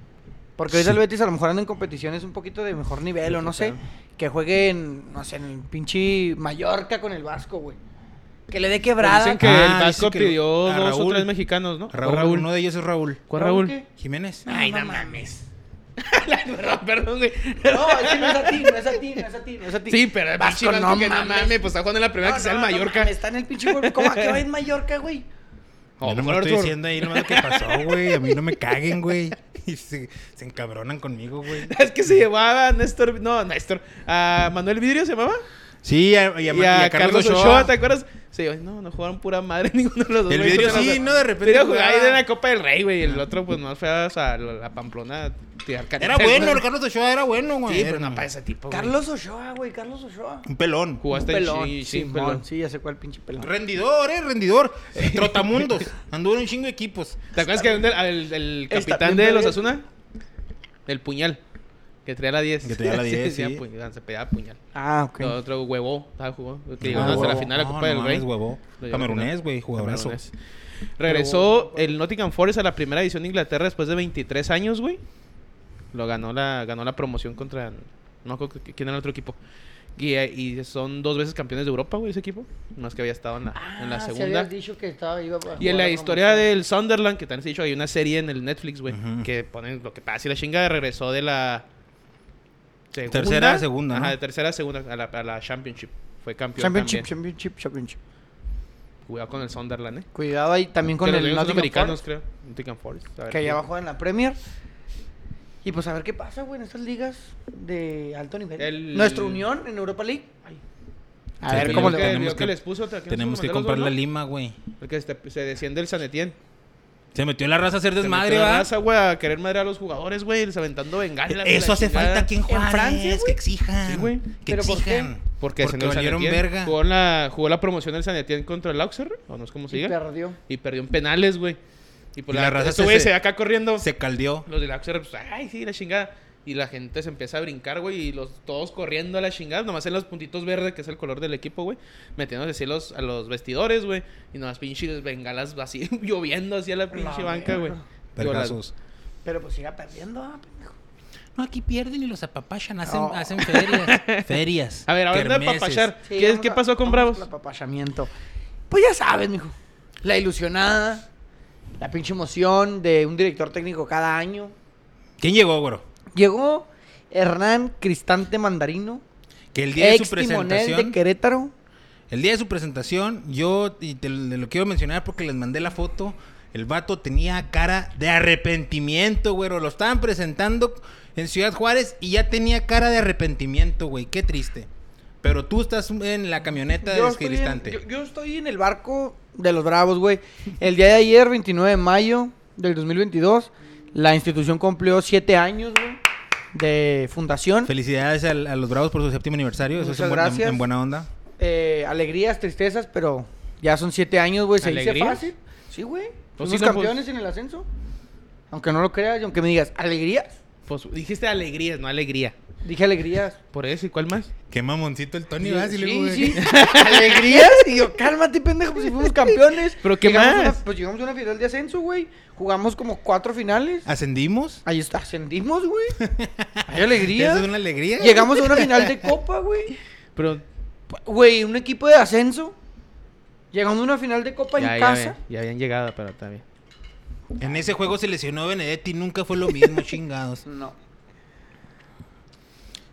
A: Porque ahorita
B: Sí.
A: el Betis a lo mejor anda en competiciones un poquito de mejor nivel o no sé. Que juegue en, no sé, en el pinche Mallorca con el Vasco, güey. Que le dé quebrada.
C: Dicen que
B: Ah,
C: el Vasco
B: dicen que lo-
C: pidió
B: a
C: dos o
B: Raúl.
C: tres mexicanos, ¿no?
B: A Raúl,
C: ¿O Raúl?
B: uno de ellos es Raúl.
C: ¿Cuál Raúl?
A: qué?
B: ¿Jiménez?
A: Ay, no mames.
C: Perdón, [LAUGHS] perdón, güey.
A: No, es que no es a ti, no es a ti, no es a ti, no es a ti.
C: Sí, pero el
A: Vasco,
C: Vasco, no
A: no
C: mames.
A: mames.
C: pues está jugando en la primera que sea el
A: no, no
C: Mallorca.
A: mames, está en el pinche gol. ¿Cómo a qué va en Mallorca, güey?
C: O
B: Yo no me
C: mejor
B: estoy
C: Arthur.
B: diciendo ahí nomás lo que pasó, güey. A mí no me caguen, güey. [LAUGHS] Y se, se encabronan conmigo, güey.
C: [LAUGHS] Es que se llevaba a Néstor, no, Néstor, a Manuel Vidrio se llamaba.
B: Sí, a- y a,
C: Y
B: y
C: a,
B: a
C: Carlos Ochoa, ¿te acuerdas? Sí, güey, no, no jugaron pura madre [LAUGHS] ninguno de los dos.
B: El
C: güey,
B: vidrio
C: eso
B: sí,
C: se-
B: ¿no? De repente
C: Vidrio jugaba ahí
B: jugaba.
C: de la Copa del Rey, güey. y El otro, pues, más fue a a la, la Pamplona. a tirar
B: Era
C: canicas,
B: bueno,
C: güey.
B: el Carlos Ochoa era bueno, güey.
C: Sí,
B: Era
C: pero no
B: un-
C: para ese tipo, güey.
A: Carlos Ochoa, güey, Carlos Ochoa.
B: Un pelón.
C: Jugaste en
A: pelón,
C: sí, sí,
A: Simón,
C: pelón.
A: sí, ya sé cuál pinche pelón.
B: Rendidor, eh, rendidor. Eh,
C: [LAUGHS]
B: Trotamundos. Anduvo en un chingo de equipos.
C: ¿Te acuerdas que el, el- el
A: Está
C: capitán
A: bien
C: de los
A: verga.
C: Asuna? El puñal. Que traía la 10.
B: Que traía
C: [LAUGHS]
B: la 10,
C: decía
B: sí.
C: puñal, se pedía puñal.
A: Ah, ok.
C: El otro huevo, estaba jugando. Que
B: No,
C: llegó hasta la
B: Ah, huevo.
C: final de la
B: No,
C: Copa
B: no
C: del Rey.
B: mames, huevo.
C: Lo llegó a
B: Camerunés,
C: final.
B: güey, jugadorazo.
C: Camerunés. Regresó el Nottingham Forest a la primera edición de Inglaterra después de 23 años, güey. Lo ganó la, ganó la promoción contra. No me acuerdo qué- quién era el otro equipo. Y, eh, y son dos veces campeones de Europa, güey, ese equipo. Más que había estado en la, en la
A: Ah, sí
C: segunda.
A: habías dicho que estaba, iba a jugar
C: Y en la
A: promoción.
C: historia del Sunderland, que te han dicho, hay una serie en el Netflix, güey,
B: Ujú.
C: que ponen lo que pasa y la chingada regresó de la segunda-
B: Tercera a segunda,
C: Ajá,
B: ¿no?
C: de tercera a segunda a la, a la Championship. Fue campeón
A: Championship,
C: también.
A: Championship, Championship.
C: Cuidado con el Sunderland, eh.
A: Cuidado ahí también con
C: Que los
A: el
C: dueños son
A: Nottingham
C: americanos,
A: Forest,
C: creo. Nottingham Forest. A
A: que
C: ver qué-
A: allá abajo en la Premier. Y pues a ver qué pasa, güey, en estas ligas de alto nivel.
C: El-
A: Nuestra unión en Europa League. A
B: Sí,
A: ver
B: pero
A: cómo
B: yo
A: le
B: creo
A: va.
C: tenemos
B: tenemos
C: que,
B: que-
C: les puso otra- ¿qué nos
B: Tenemos que
C: mandó los
B: comprar
C: dos,
B: la
C: no?
B: lima, güey.
C: El que se, se desciende el Sanetien.
B: Se metió la raza a hacer
C: Se
B: desmadre,
C: metió la
B: va.
C: raza, güey, a querer madre a los jugadores, güey, les aventando bengalas. güey,
B: Eso
C: la
B: hace
C: chingada.
B: falta aquí en
A: En
B: Juárez.
A: Francia, güey.
B: que exijan.
C: Sí, güey.
B: Que
A: ¿Pero por qué?
B: exijan.
C: Porque,
B: Porque
C: descendió el
B: valieron
C: San Etienne.
B: verga.
C: Jugó en la, jugó la promoción del San Etienne contra el Auxerre, o no sé cómo se
A: Y
C: diga.
A: perdió.
C: Y perdió en penales, güey. Y por
B: Y
C: la,
B: la raza
C: este
B: se-
C: güey
B: se-
C: se va acá corriendo.
B: Se caldeó.
C: Los del Auxerre, pues, ay, sí, la chingada. Y la gente se empieza a brincar, güey, y los todos corriendo a la chingada, nomás en los puntitos verdes, que es el color del equipo, güey, metiéndose así los, a los vestidores, güey, y nomás pinches bengalas así [LAUGHS] lloviendo así a la pinche
A: La
C: banca, güey.
A: verga.
C: Digo, la-
B: Vergazos.
A: Pero pues siga perdiendo, ah, pendejo.
B: No, aquí pierden y los apapachan.
A: hacen- No. hacen
B: ferias. Oh. [LAUGHS] ferias.
C: A ver, hablando de
B: kermeses.
C: papachar,
A: Sí,
C: ¿qué,
A: vamos
C: qué
A: a-
C: pasó
A: vamos
C: con Bravos?
A: El apapachamiento. Pues ya sabes, mijo. La ilusionada, la pinche emoción de un director técnico cada año.
B: ¿Quién llegó, güero?
A: Llegó Hernán Cristante Mandarino,
B: Que el día de
A: ex
B: su
A: timonel de
B: presentación.
A: Querétaro.
B: El día de su presentación, yo y te, lo- lo quiero mencionar porque les mandé la foto. El vato tenía cara de arrepentimiento, güero. Lo estaban presentando en Ciudad Juárez y ya tenía cara de arrepentimiento, güey. Qué triste. Pero tú estás en la camioneta
A: Yo
B: del
A: estoy en-
B: esquilistante.
A: yo, yo estoy en el barco de los Bravos, güey. El día de ayer, 29 de mayo del 2022, la institución cumplió siete años, güey, de fundación.
B: Felicidades al- a, los Bravos por su séptimo aniversario. Eso es
A: Muchas
B: en, buen- en-
A: gracias.
B: en buena onda.
A: Eh, alegrías, tristezas, pero ya son siete años, güey. Se dice
C: ¿Alegrías?
A: fácil. Sí, güey.
C: Pues
A: Fuimos
C: sí, no, pues-
A: campeones en el ascenso. Aunque no lo creas y aunque me digas, ¿alegrías?
C: Pues dijiste alegrías, no alegría.
A: Dije alegrías.
C: Por eso, ¿y cuál más?
B: Qué mamoncito el Tony,
A: Sí,
B: ¿verdad? Sí, le- güey.
A: sí. ¿Alegrías? Y yo, cálmate, pendejo, pues si
C: [LAUGHS]
A: fuimos campeones.
C: ¿Pero qué
A: Llegamos a
C: más?
A: una- pues llegamos a una final de ascenso, güey. Jugamos como cuatro finales.
B: [LAUGHS] ¿Ascendimos?
A: Ahí está, ascendimos, güey.
C: [LAUGHS]
A: Hay
B: Eso
A: alegría.
B: es una alegría.
A: Llegamos a una final de copa, güey.
C: Pero
A: Güey, un equipo de ascenso. Llegamos a una final de copa
C: ya,
A: Pues, en
C: ya,
A: casa.
C: habían, ya habían llegado, pero también.
B: En ese juego se lesionó Benedetti. Nunca fue lo mismo, [LAUGHS] chingados.
A: No.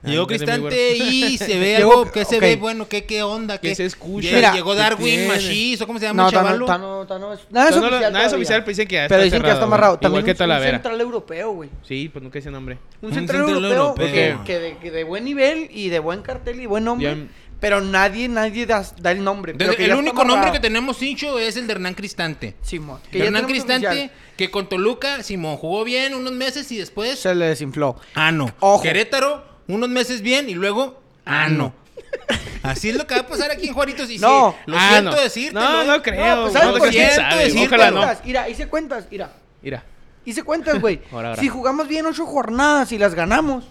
B: Llegó
C: Ándale, mi
B: Cristante
C: güero.
B: y se
C: [LAUGHS]
B: ve
A: Llegó-
B: algo que se
A: ok.
B: ve bueno, que qué onda,
C: Que
B: que
C: se escucha.
B: Llega-
A: Mira,
B: llegó
C: que
B: Darwin
C: tiene.
B: Machís, o cómo se llama
A: No,
B: el
A: Tano,
B: chavalo.
A: Tano, Tano es- Nada Ah, es
C: No, no,
A: oficial.
C: nada es
A: todavía.
C: oficial, pero dicen que ya está
A: Pero dicen que ya está
C: cerrado,
A: amarrado.
C: igual
A: También
C: que
A: un- un
C: Talavera.
A: central europeo, güey.
C: Sí, pues nunca dicen nombre.
A: Un
B: Un
A: central
B: central
A: europeo,
B: europeo.
A: Que, que de, que de buen nivel y de buen cartel y buen nombre.
C: Ya-
A: Pero nadie, nadie da, da el nombre. pero
B: Entonces,
A: que
B: el
A: ya está
B: único nombre
A: amarrado.
B: que tenemos hincho es el de Hernán Cristante.
A: Simón. que ya
B: Hernán
A: tenemos
B: Cristante,
A: oficial.
B: que con Toluca, Simón jugó bien unos meses y después.
A: Se le desinfló.
B: Ah, no.
A: Ojo.
B: Querétaro, unos meses bien y luego. Ah, no. [LAUGHS] Así es lo que va a pasar aquí en Juaritos. Y sí,
A: No.
B: lo
C: Ah,
B: siento ¿eh?
C: no.
B: decirte.
C: No, no creo.
A: No, pues, ¿sabes
C: No,
A: por
C: quién
B: qué?
C: sabe.
B: Siento
C: Ojalá
B: decirte,
C: no.
A: Cuentas, Mira, hice cuentas, mira.
C: Mira.
A: Hice cuentas, [LAUGHS] güey.
C: Ahora, ahora.
A: Si jugamos bien ocho jornadas y las ganamos,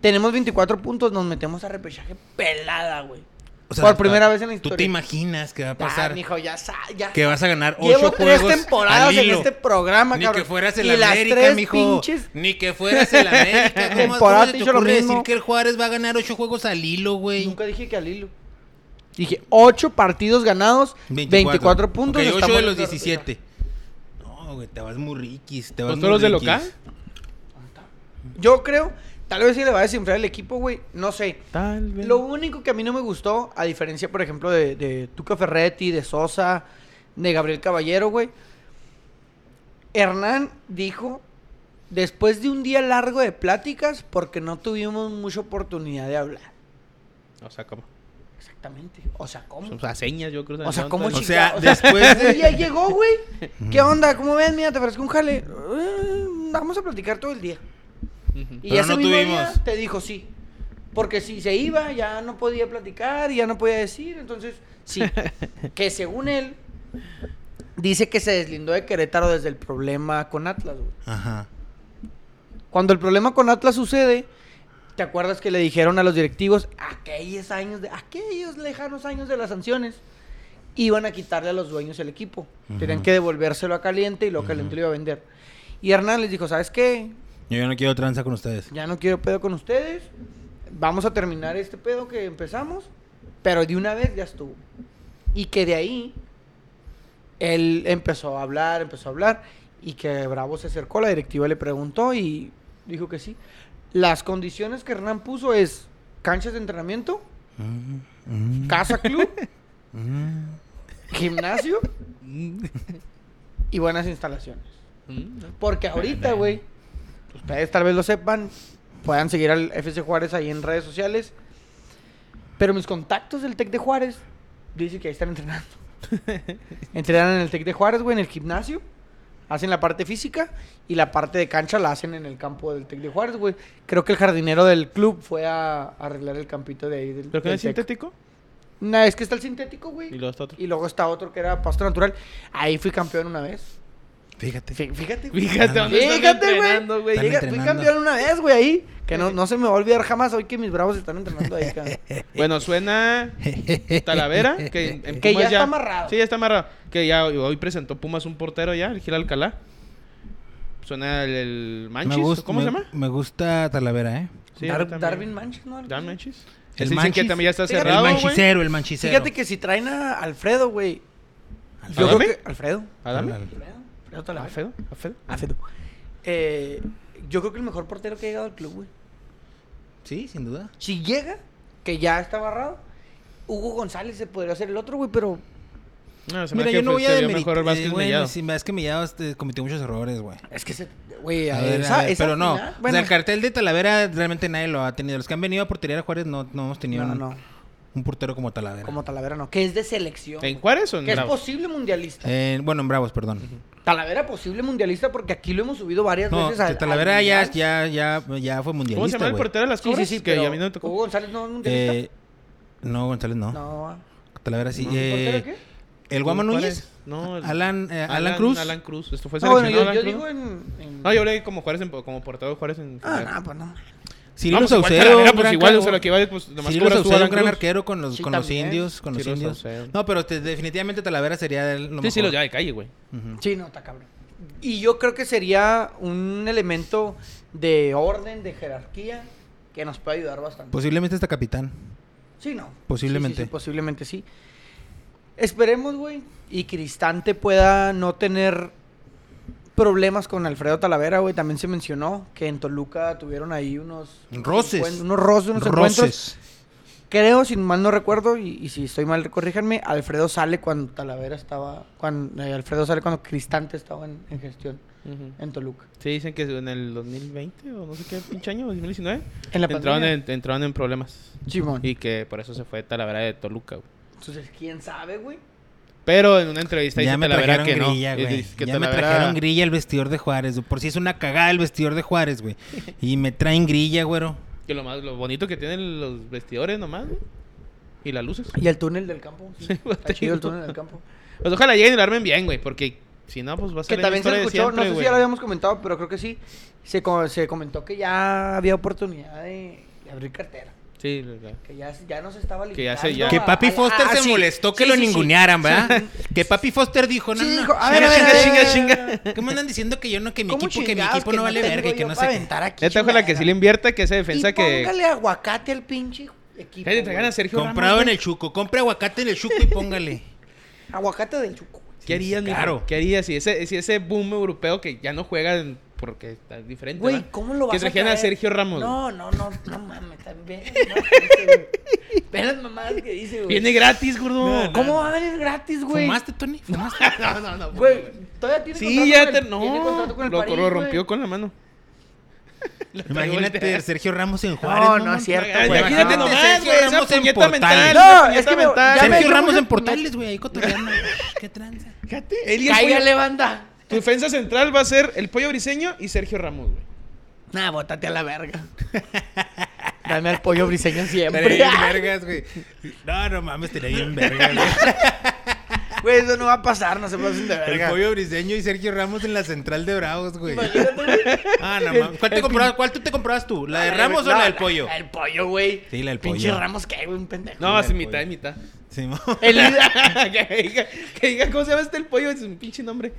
A: tenemos 24 puntos, nos metemos a repechaje pelada, güey. Por primera vez en la historia.
B: ¿Tú te imaginas que va a pasar?
A: Ah, mijo, ya sa- ya
B: que vas a ganar ocho
A: Llevo tres
B: juegos
A: temporadas
B: al
A: en
B: hilo.
A: este programa,
B: Ni
A: cabrón.
B: que fueras el
A: Y las
B: América,
A: tres
B: mijo.
A: pinches-
B: Ni que fueras
A: [LAUGHS]
B: el América. ¿Cómo- ¿Cómo,
A: Temporada te
B: se te
A: hizo lo
B: ocurre decir
A: mismo.
B: que el Juárez va a ganar ocho juegos al hilo, güey?
A: Nunca dije que al hilo. Dije ocho partidos ganados, 24, puntos.
B: Ok, ocho
A: estamos
B: de
A: en
B: los
A: la
B: 17. No, güey, te vas muy riquis. Te vas
C: ¿Los
B: muy
C: toros de
B: riquis.
C: local?
A: repechaje. Yo creo, tal vez sí le va a desinflar el equipo, güey. No sé.
C: Tal vez.
A: Lo único que a mí no me gustó, a diferencia, por ejemplo, de, de Tuca Ferretti, de Sosa, de Gabriel Caballero, güey. Hernán dijo, después de un día largo de pláticas, porque no tuvimos mucha oportunidad de hablar.
C: O sea, ¿cómo?
A: Exactamente. O sea, ¿cómo?
C: O sea, señas, yo creo.
A: O sea, ¿cómo
B: O
A: chingados? [LAUGHS]
B: sea, después de-
A: Ella
B: [LAUGHS]
A: llegó, güey. ¿Qué onda? ¿Cómo ves? Mira, te ofrezco un jale. Eh, vamos a platicar todo el día. Y
B: Pero
A: ese
B: no
A: mismo día
B: tuvimos.
A: te dijo sí. Porque si se iba, ya no podía platicar, ya no podía decir. Entonces,
B: [LAUGHS]
A: sí. que según él, dice que se deslindó de Querétaro desde el problema con Atlas, güey.
B: Ajá.
A: Cuando el problema con Atlas sucede, ¿te acuerdas que le dijeron a los directivos aquellos años de aquellos lejanos años de las sanciones? Iban a quitarle a los dueños el equipo. Tenían que devolvérselo a Caliente y luego Caliente lo iba a vender. Y Hernán les dijo, ¿sabes qué?
B: Yo ya no quiero tranza con ustedes.
A: Ya no quiero pedo con ustedes. Vamos a terminar este pedo que empezamos. Pero de una vez ya estuvo. Y que de ahí él empezó a hablar, empezó a hablar. Y que Bravo se acercó, la directiva le preguntó y dijo que sí. Las condiciones que Hernán puso es canchas de entrenamiento,
B: Mm, mm,
A: casa club,
B: mm.
A: gimnasio y buenas instalaciones. Porque ahorita, güey, Pues, ustedes tal vez lo sepan, puedan seguir al FC Juárez ahí en redes sociales. Pero mis contactos del Tec de Juárez dicen que ahí están
C: [LAUGHS]
A: entrenando. Entrenan en el Tec de Juárez, güey, en el gimnasio. Hacen la parte física y la parte de cancha la hacen en el campo del Tec de Juárez, güey. Creo que el jardinero del club fue a, a arreglar el campito de ahí del,
C: ¿Pero que no
A: del
C: es
A: Tec.
C: sintético?
A: No, es que está el sintético, güey.
C: Y
A: [LAUGHS]
C: luego está otro.
A: Y luego está otro que era pasto natural. Ahí fui campeón una vez. [LAUGHS]
B: Fíjate.
A: Fí- Fíjate, güey.
C: Fíjate dónde están
A: Fíjate, güey.
C: entrenando, güey.
B: Están
A: Llega- Fui
B: entrenando.
A: campeón una vez, güey, ahí. Que no, no se me va a olvidar jamás hoy que mis bravos están entrenando ahí, cabrón.
C: Bueno, suena Talavera, que, en-
A: [LAUGHS]
C: en
A: Que ya
C: Pumas
A: está amarrado.
C: Sí, ya está amarrado. Que ya hoy- hoy presentó Pumas un portero ya, el Gil Alcalá. Suena el, el Manchis, ¿cómo se
B: me-
C: llama?
B: Me gusta Talavera, ¿eh?
C: Sí,
A: Dar-
C: también.
A: Darwin Manches, ¿no?
C: Dan Manchis.
B: El
C: El Dicen
B: Manchis.
C: que también ya está
A: Fíjate-
C: cerrado,
B: el eh.
C: güey.
B: manchicero, el manchicero.
A: Fíjate que si traen a Alfredo, güey. Yo creo
C: ¿Adame?
A: que. Alfredo.
C: ¿Adame? Ah,
A: Alfredo. Alfredo Talavera.
C: ¿Afedo? ¿Afedo?
A: Alfredo. Eh, yo creo que el mejor portero que ha llegado al club, güey.
B: Sí, sin duda.
A: Si llega, que ya está barrado. Hugo González se podría hacer el otro, güey, pero
C: No, se me
B: Mira,
C: hace
B: yo
C: que
B: no voy a eh,
C: sería
B: demeritar.
C: mejor Vázquez Mellado.
B: Si Vázquez Mellado este, cometió muchos errores, güey. Eh,
A: es que se. Güey,
B: A
A: a
B: ver,
A: ver,
B: a
A: esa-
B: ver,
A: esa
B: pero no.
A: final-
B: O sea,
A: bueno,
B: el cartel de Talavera realmente nadie lo ha tenido. Los que han venido a portería a Juárez no, no hemos tenido
A: no,
B: un,
A: no.
B: un portero como Talavera.
A: Como Talavera no. Que es de selección.
C: ¿En
A: güey.
C: Juárez o en
A: Que es
C: Bravos?
A: posible mundialista.
B: Eh, bueno, en Bravos, perdón.
A: Talavera posible mundialista porque aquí lo hemos subido varias
B: No,
A: veces. al-
B: Talavera
A: al
B: ya,
A: mundial.
B: ya, ya, ya fue
C: ¿Cómo se
B: mundialista,
C: llama el
B: güey.
C: portero de las
A: Sí,
C: cobras?
A: sí, sí,
C: que
A: pero
C: a mí no me tocó.
A: Hugo González no es mundialista.
B: Eh, no, González no.
A: no. ah.
B: Talavera sí.
A: ¿El
B: Eh,
A: portero qué?
B: ¿El Guama
C: ¿Cuál
B: Núñez?
C: es? No, el-
B: Alan, eh, Alan, Cruz. Ah,
C: Alan Cruz. Esto fue
A: No, bueno,
C: seleccionado
A: yo,
C: Alan
A: yo
C: Cruz,
A: digo
C: pues ¿no?
A: en. en-
C: No, yo hablé como Juárez, en- como portero de Juárez en...
A: Ah, no, pues no.
B: Cirilo
C: No, pues igual
B: Saucedo,
C: Talavera,
B: un
C: pues
B: gran
C: igual,
B: ca-
C: o sea, lo que iba, pues, nomás
B: Cirilo
C: cobras tú,
B: Saucedo,
C: Alan
B: un gran
C: Cruz.
B: arquero con los,
A: Sí,
B: con los
A: también.
B: indios. Con los
C: Cirilo
B: indios.
C: Saucedo.
B: No, pero te- definitivamente Talavera sería el, lo
C: Sí, sí,
B: mejor.
C: los ya de calle, güey.
B: Ujú.
A: Sí, no, está cabrón. Y yo creo que sería un elemento de orden, de jerarquía, que nos puede ayudar bastante.
B: Posiblemente hasta capitán.
A: Sí, no.
B: Posiblemente.
A: Sí, sí, sí, posiblemente sí. Esperemos, güey, y Cristante pueda no tener problemas con Alfredo Talavera, güey. También se mencionó que en Toluca tuvieron ahí unos...
B: Roces.
A: encuent- Unos roces, unos encuentros.
B: Roces.
A: Creo, si mal no recuerdo, y, y si estoy mal, corríjanme, Alfredo sale cuando Talavera estaba... Cuando, eh, Alfredo sale cuando Cristante estaba en, en gestión en Toluca.
C: Sí, dicen que en el 2020 o no sé qué pinche año, 2019,
A: En la
C: entraron
A: pandemia.
C: en, entraron en problemas.
A: Simón.
C: Y que por eso se fue Talavera de Toluca, güey.
A: Entonces, ¿quién sabe, güey?
C: Pero en una entrevista dice
B: Ya me
C: Talavera
B: trajeron
C: que no.
B: grilla,
C: Y
B: güey.
C: dice que
B: Ya me
C: Talavera-
B: trajeron grilla el vestidor de Juárez. güey. Por si es una cagada el vestidor de Juárez, güey. Y me traen grilla, güero.
C: Que lo, más, lo bonito que tienen los vestidores nomás, güey. Y las luces.
A: Y el túnel del campo. Sí,
C: Sí, güey,
A: está
C: te
A: chido el
C: digo.
A: túnel del campo.
C: Pues ojalá lleguen y lo armen bien, güey, porque Si no, pues va a ser
A: Que
C: la
A: también se
C: historia de
A: escuchó, no
C: siempre,
A: sé si
C: güey.
A: ya lo habíamos comentado, pero creo que sí. Se, co- se comentó que ya había oportunidad de, de abrir cartera.
C: Sí, la verdad.
A: Que ya, ya no se estaba limitando.
C: Que ya se- ya-
A: a-
B: Que Papi
A: a-
B: Foster
A: ah,
B: se
A: sí,
B: molestó que
A: sí,
B: lo
A: sí, sí.
B: ningunearan, ¿verdad? Que Papi Foster dijo, no,
A: Sí,
B: no,
A: dijo, a
B: no,
A: ver, a ver,
B: chinga,
A: a ver,
B: chinga,
A: a ver,
B: chinga".
A: a ver.
B: ¿Cómo andan diciendo que yo no, que mi
A: ¿Cómo
B: equipo, que mi
A: chingados
B: equipo no vale
A: tengo
B: verga y que
A: yo
B: no
A: pa'
B: sé qué?
A: aventar aquí,
C: Neta, ojalá que
A: chingada?
C: sí le invierta que esa defensa
A: y
C: que.
A: póngale aguacate al pinche equipo.
C: Cállate, traigan a
A: güey.
C: Sergio
B: Comprado
C: Ramos,
B: en el Chuco. Compre aguacate en el Chuco y póngale.
A: Aguacate del chuco. güey.
C: güey. ¿Qué harías, mijo?
B: Claro.
C: ¿Qué harías si ese, si ese boom europeo que ya no juegan porque está diferente?
A: Güey,
C: ¿verdad?
A: ¿cómo lo vas
C: Que
A: a
C: trajeran a
A: traer?
C: Sergio Ramos. güey.
A: No, no, no, no mames, también. no, güey. Ve las mamadas que dice, güey.
C: Viene gratis, gordo.
A: ¿Cómo va a venir gratis, güey?
B: ¿Fumaste, Tony? ¿Fumaste?
C: No, no, no.
A: Güey, todavía tiene
C: Sí,
A: contrato
C: ya
A: con
C: te.
A: el- tiene
C: No.
A: contrato con el
C: Lo,
A: París,
C: lo
A: güey.
C: rompió con la mano.
B: Imagínate Sergio Ramos en Juárez.
A: No, no
B: mamón.
A: es cierto,
C: Ay,
A: güey.
C: Imagínate
A: No.
B: nomás,
C: nomás,
B: Sergio
C: güey. Esa
B: Ramos en
C: puñeta
B: Portales.
C: mental.
A: No,
C: esa
A: es
C: puñeta
A: que me- ya
C: mental.
A: me-
B: Sergio
A: yo
B: Ramos
A: me-
B: en Portales, güey. Ahí cotorreando. ¿Qué tranza?
C: Fíjate, él y el pollo-
A: Cállale, banda.
C: Tu defensa central va a ser el pollo briseño y Sergio Ramos, güey.
A: Nah, bótate a la verga. [LAUGHS] Dame al pollo briseño
B: Estaría
A: siempre.
B: bien vergas, güey. No, no mames, estaría bien vergas, güey.
A: [LAUGHS] Güey, eso no va a pasar, no se pasen de
B: El
A: verga.
B: pollo briseño y Sergio Ramos en la central de Bravos, güey.
A: Imagínate, güey.
B: Ah, no mames. ¿Cuál, te comprabas- cuál tú te comprabas tú? ¿La de Ramos o
A: Ah, No,
B: la del pollo?
A: La del pollo, güey.
B: Sí, la del
A: Pinche
B: pollo.
A: Ramos, ¿qué, güey? Un pendejo.
C: No,
B: el
C: es mitad
B: pollo.
C: y mitad.
B: Sí, mo.
A: El líder.
C: [LAUGHS] que, diga, que diga, ¿cómo se llama este el pollo? Es un pinche nombre.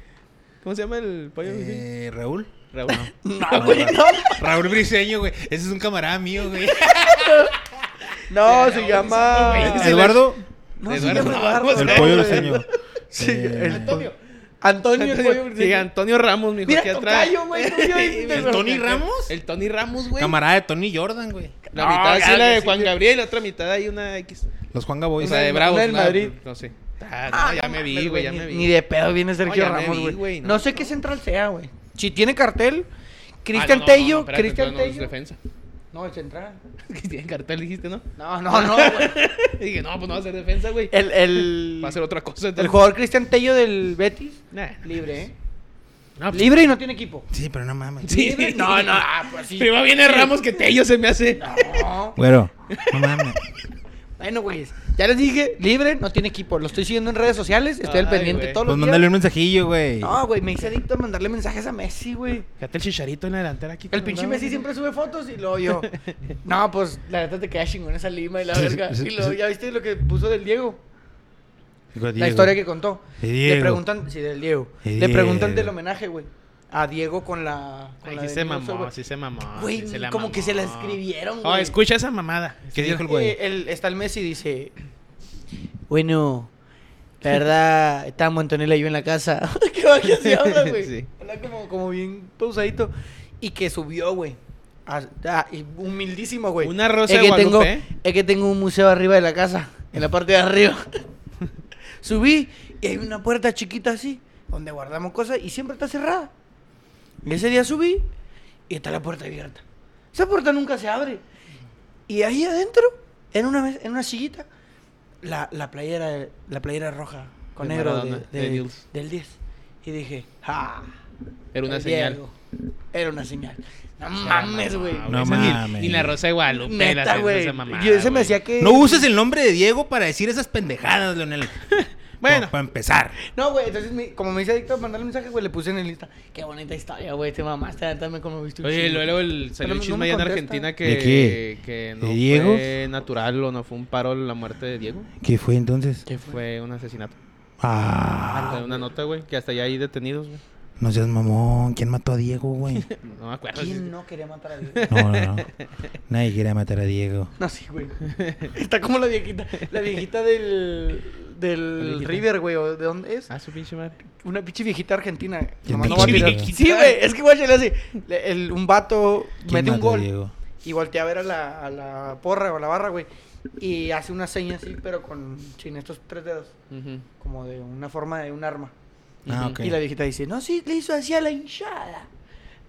C: ¿Cómo se llama el pollo? briseño?
B: Eh, Raúl.
C: Raúl.
A: No, güey, no.
B: Raúl Briseño, güey. Ese es un camarada mío, güey.
A: No, se llama.
C: güey.
B: Eduardo.
A: No, se
C: Eduardo.
A: llama Eduardo.
C: El
A: güey.
C: pollo
A: Sí, el Antonio.
C: [LAUGHS] Antonio.
A: Antonio, el pollo
C: Sí,
A: briseño.
C: Antonio Ramos, mijo,
A: Mira,
C: aquí atrás.
A: tocayo,
C: [LAUGHS]
A: güey, tuyo y-
B: ¿El Tony Ramos?
C: El Tony Ramos, güey.
B: Camarada de Tony Jordan, güey.
C: La
A: No,
C: mitad sí
A: claro
C: la
A: que
C: de
A: sí,
C: Juan
A: güey.
C: Gabriel, la otra mitad hay una X.
B: Los Juan
C: O
B: Gabois.
C: sea, de
A: una
C: Bravos.
A: del
C: una-
A: Madrid.
C: No sé. Ah, no,
A: Ah,
C: ya
A: no
C: me vi,
A: mames,
C: güey, ya me
A: ni-
C: vi. Ah,
A: Ni de pedo viene Sergio
C: No, ya me
A: Ramos,
C: vi,
A: güey.
C: güey,
A: No,
C: no.
A: sé qué central sea, güey. Si tiene cartel,
C: Ah,
A: Cristian
C: no, no, no,
A: Tello,
C: no, espérate,
A: Cristian
C: entonces no
A: Tello.
C: es defensa. [LAUGHS]
A: No, el central.
C: Tiene cartel, dijiste, ¿no?
A: No, no,
C: [LAUGHS]
A: no, güey.
C: Dije, no, pues no va a ser defensa, güey.
A: El, el,
C: Va a ser otra cosa.
A: el
C: entonces.
A: jugador Cristian Tello del Betis,
C: Nah.
A: libre, ¿eh?
C: No, pues-
A: Libre y no tiene equipo.
B: Sí, pero no mames.
C: Sí.
A: Libre, No, no, ah, pues sí.
C: Primero viene Ramos que Tello se me hace.
A: No. [LAUGHS]
B: Güero. No mames.
A: Bueno, güey, ya les dije, libre, no tiene equipo. Lo estoy siguiendo en redes sociales, estoy al
C: Ay,
A: pendiente
C: güey.
A: todos los
B: Pues mándale
A: días.
B: un mensajillo, güey.
A: No, güey, me hice adicto a mandarle mensajes a Messi, güey.
C: Fíjate el chicharito en la delantera aquí.
A: El pinche Messi siempre sube fotos y luego
B: [LAUGHS]
A: yo. No, pues la neta te queda chingón esa lima y la
B: Sí,
A: verga.
B: sí,
A: Y luego
B: sí.
A: ya viste lo que puso del Diego.
B: Digo,
A: La
B: Diego.
A: historia que contó.
B: De Diego.
A: Le preguntan, sí, del Diego.
B: De
A: Le preguntan
B: Diego.
A: del homenaje, güey. A Diego con la. Con
C: Ay,
A: la
C: sí
A: de
C: se
A: News,
C: mamó,
A: güey.
C: sí se mamó.
A: Güey,
C: sí se la
A: como
C: mamó.
A: que se la escribieron,
C: Oh,
A: güey.
C: escucha esa mamada.
B: ¿Qué dijo el
A: Eh,
B: güey?
A: el- está el Messi y dice: Bueno, [LAUGHS] la verdad, estamos Antonella y yo en la casa. [LAUGHS] Qué bajo se [LAUGHS] habla, güey.
C: Sí.
A: Habla como, como bien pausadito. Y que subió, güey. Ah, ah, y humildísimo, güey.
C: Una rosa
A: es
C: de
A: que tengo,
C: Guadalupe, ¿eh?
A: Es que tengo un museo arriba de la casa, en la parte de
C: [LAUGHS]
A: arriba. Subí y hay una puerta chiquita así, donde guardamos cosas y siempre está cerrada. Y ese día subí y está la puerta abierta. Esa puerta nunca se abre. Y ahí adentro, en una, mes- en una sillita, la, la, playera, la playera roja con
C: De
A: negro de-
C: Maradona,
A: de-
C: de Dios.
A: del 10. Y dije, ¡ah!
C: Era una
A: el
C: señal.
A: Diego. Era una señal. No mames, güey.
B: No
C: Esa ni-
B: mames.
C: Ni la Rosa de Guadalupe. la
A: Neta,
C: hacen
A: güey.
C: esa mamada,
A: Yo se me
C: güey.
A: hacía que.
B: No uses el nombre de Diego para decir esas
A: [LAUGHS]
B: pendejadas, Leonel.
C: Bueno.
B: Para empezar.
A: No, güey, entonces, mi- como me dice adicto a mandarle mensaje, güey, le puse en el lista. Qué bonita historia, güey, te mamaste, neta, me conmoviste. un
C: Oye,
A: chingo".
C: luego el, salió
A: Pero
C: un
A: no
C: chisme
A: me
C: allá en
A: contesta.
C: Argentina que,
B: ¿De qué?
C: que
B: ¿De
C: no
B: Diego?
C: fue natural o no fue un paro la muerte de Diego.
B: ¿Qué fue entonces?
A: ¿Qué fue?
C: Fue un asesinato.
B: Ah.
C: Fue una nota, güey, que hasta allá hay detenidos, güey.
B: No seas mamón. ¿Quién mató a Diego, güey?
C: No me acuerdo.
A: ¿Quién no quería matar a Diego? [LAUGHS]
B: No, no, no. Nadie quiere matar a Diego.
A: No, sí, güey. Está como la viejita, la viejita del, del
C: La viejita.
A: River, güey, o ¿de dónde es?
C: Ah, su pinche madre.
A: Una pinche viejita argentina.
B: ¿Qué
A: Nomás no va a
B: pinche
A: tirar.
B: viejita?
A: Sí, güey, es que guacha le hace, le- el- un vato
B: ¿Quién
A: mete un
B: mató a
A: gol.
B: Diego?
A: Y voltea a ver a la, a la porra o a la barra, güey. Y hace una seña así, pero con sin estos tres dedos.
B: Pues
C: Ujú.
A: Como de una forma de un arma.
B: Ah, ok.
A: Y la viejita dice, no, sí, le hizo así a la hinchada.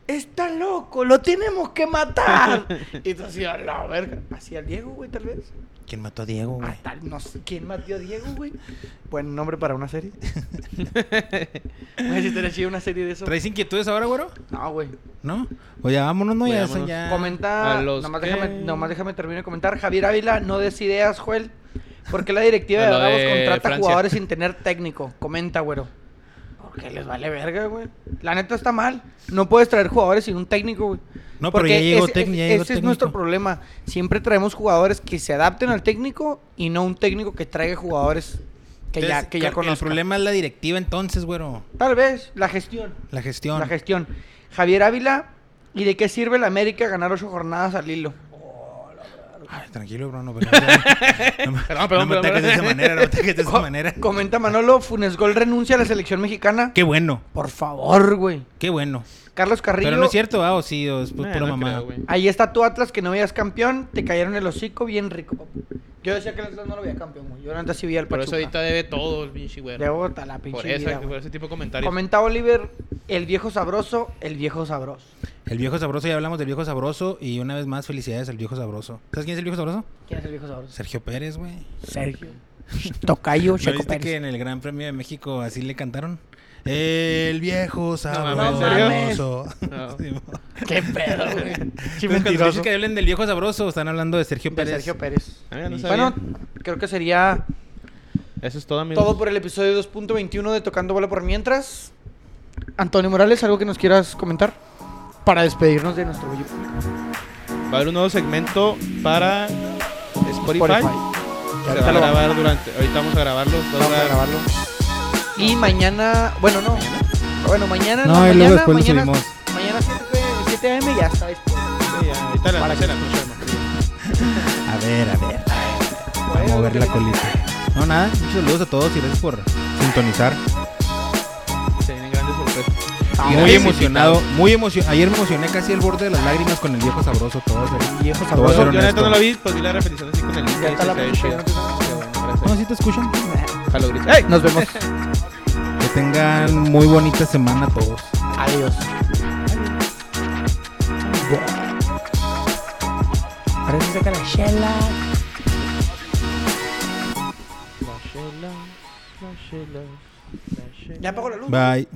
A: Está loco, lo tenemos que
B: [LAUGHS]
A: matar. y tú así, a la verga. Así al Diego, güey, tal vez.
B: ¿Quién mató a Diego, güey?
A: Hasta no sé quién mató a Diego, güey. Buen nombre para una serie. Güey, si estaría chida una serie de eso.
B: ¿Traes inquietudes ahora, güero?
A: No, güey.
B: ¿No? Oye, vámonos, no,
C: Oye,
B: ya,
C: vámonos.
B: son ya.
A: Comenta,
C: a los
A: nomás,
C: que-
A: déjame, nomás déjame terminar de comentar. Javier Ávila, no des ideas, Joel. Porque la directiva de
C: A lo
A: Bravos
C: de
A: contrata
C: Francia.
A: jugadores sin tener técnico. Comenta, güero. que les vale verga, güey. La neta está mal. No puedes traer jugadores sin un técnico, güey.
D: No, pero ya llegó
A: ese-
D: técnico, ya
A: ese
D: llegó
A: es nuestro
D: técnico.
A: problema. Siempre traemos jugadores que se adapten al técnico y no un técnico que traiga jugadores que ya,
B: Entonces,
A: que ya
B: creo El
A: conozca.
B: problema es la directiva entonces, güero.
A: Tal vez la gestión.
B: La gestión.
A: La gestión. Javier Ávila, ¿y de qué sirve la América ganar ocho jornadas al hilo?
B: Ay, tranquilo, bro. No, pero no, me-
A: [LAUGHS]
C: Perdón, perdón,
B: no me
C: perdón,
B: ataques de esa
C: perdón.
B: manera, no me ataques de esa manera.
A: Comenta Manolo, Funes Gol renuncia a la selección mexicana.
B: Qué bueno,
A: Por favor, güey.
B: qué bueno.
A: Carlos Carrillo.
B: Pero no es cierto, ah, o sí, o es pu-
C: Eh,
B: pura
C: no
B: mamada.
C: creo, güey.
A: Ahí está tu Atlas que no veías campeón, te cayeron el hocico bien rico, papu. Yo decía que el Atlas no lo veía campeón, güey. Yo antes sí veía al
C: Por
A: Pachuca.
C: eso ahorita debe todo el pinche güero.
A: De bota la pinche
C: Por, eso,
A: vida,
C: por
A: güey.
C: ese tipo de comentarios.
A: Comenta Oliver, el viejo sabroso, el viejo sabroso.
B: El viejo sabroso, ya hablamos del viejo sabroso. Y una vez más, felicidades al viejo sabroso. ¿Sabes quién es el viejo sabroso?
A: ¿Quién es el viejo sabroso?
B: Sergio Pérez, güey.
A: Sergio. Tocayo,
B: ¿No
A: Checo
B: viste
A: Pérez.
B: que en el Gran Premio de México así le cantaron? El viejo
C: mames,
A: ¿en
B: sabroso. [LAUGHS]
C: No.
B: Sí, mo-
A: Qué pedo, [LAUGHS] güey. Sí,
B: Entonces, cuando
A: mentiroso.
B: dices que hablen del viejo sabroso, están hablando de Sergio
A: De
B: Pérez.
A: Sergio Pérez.
C: Ah, mira, no
A: Bueno,
C: sabía.
A: creo que sería
C: Eso es todo, amigos.
A: todo por el episodio 2.21 de Tocando Bola por Mientras. Antonio Morales, ¿algo que nos quieras comentar? Para despedirnos de nuestro bello público.
C: Va a haber un nuevo segmento para Spotify.
A: Ya
C: Se
A: ahorita
C: va a
A: lo vamos-
C: grabar durante. Ahorita vamos a grabarlo. Va a
A: vamos a
C: durar-
A: grabarlo. Y mañana, bueno, no. Bueno, mañana
B: No,
A: mañana,
B: y luego después lo
A: mañana,
B: subimos.
A: mañana 7, 7 AM ya está disponible.
C: Sí, ya, ahorita a las
A: Para
C: 12 de la noche, hermano.
B: A ver, a ver. Vamos a mover la colita. No, nada. Muchos saludos a todos y gracias por sintonizar.
C: Se vienen grandes sorpresas.
A: Ah,
B: muy emocionado, muy emocionado. Ayer me emocioné casi al borde de las lágrimas con el viejo sabroso. Todo
A: El viejo
B: Te voy a
C: Yo,
B: ser
A: sabroso.
C: yo
B: honesto.
C: neta no lo vi, pues vi la repetición así con el link.
A: Ya
C: ahí
A: está
C: se
A: la
C: ve
A: pinche,
C: chido.
A: ya no te-
C: Qué bueno,
B: No,
C: gracias.
B: si te escuchan.
C: Jalo grito. ¡Ey!
A: Nos vemos.
B: Que tengan muy bonita semana todos.
A: Adiós. Ahora sí saca la chela.
C: La chela, la chela, la chela.
A: Ya apagó la luz.
B: Bye.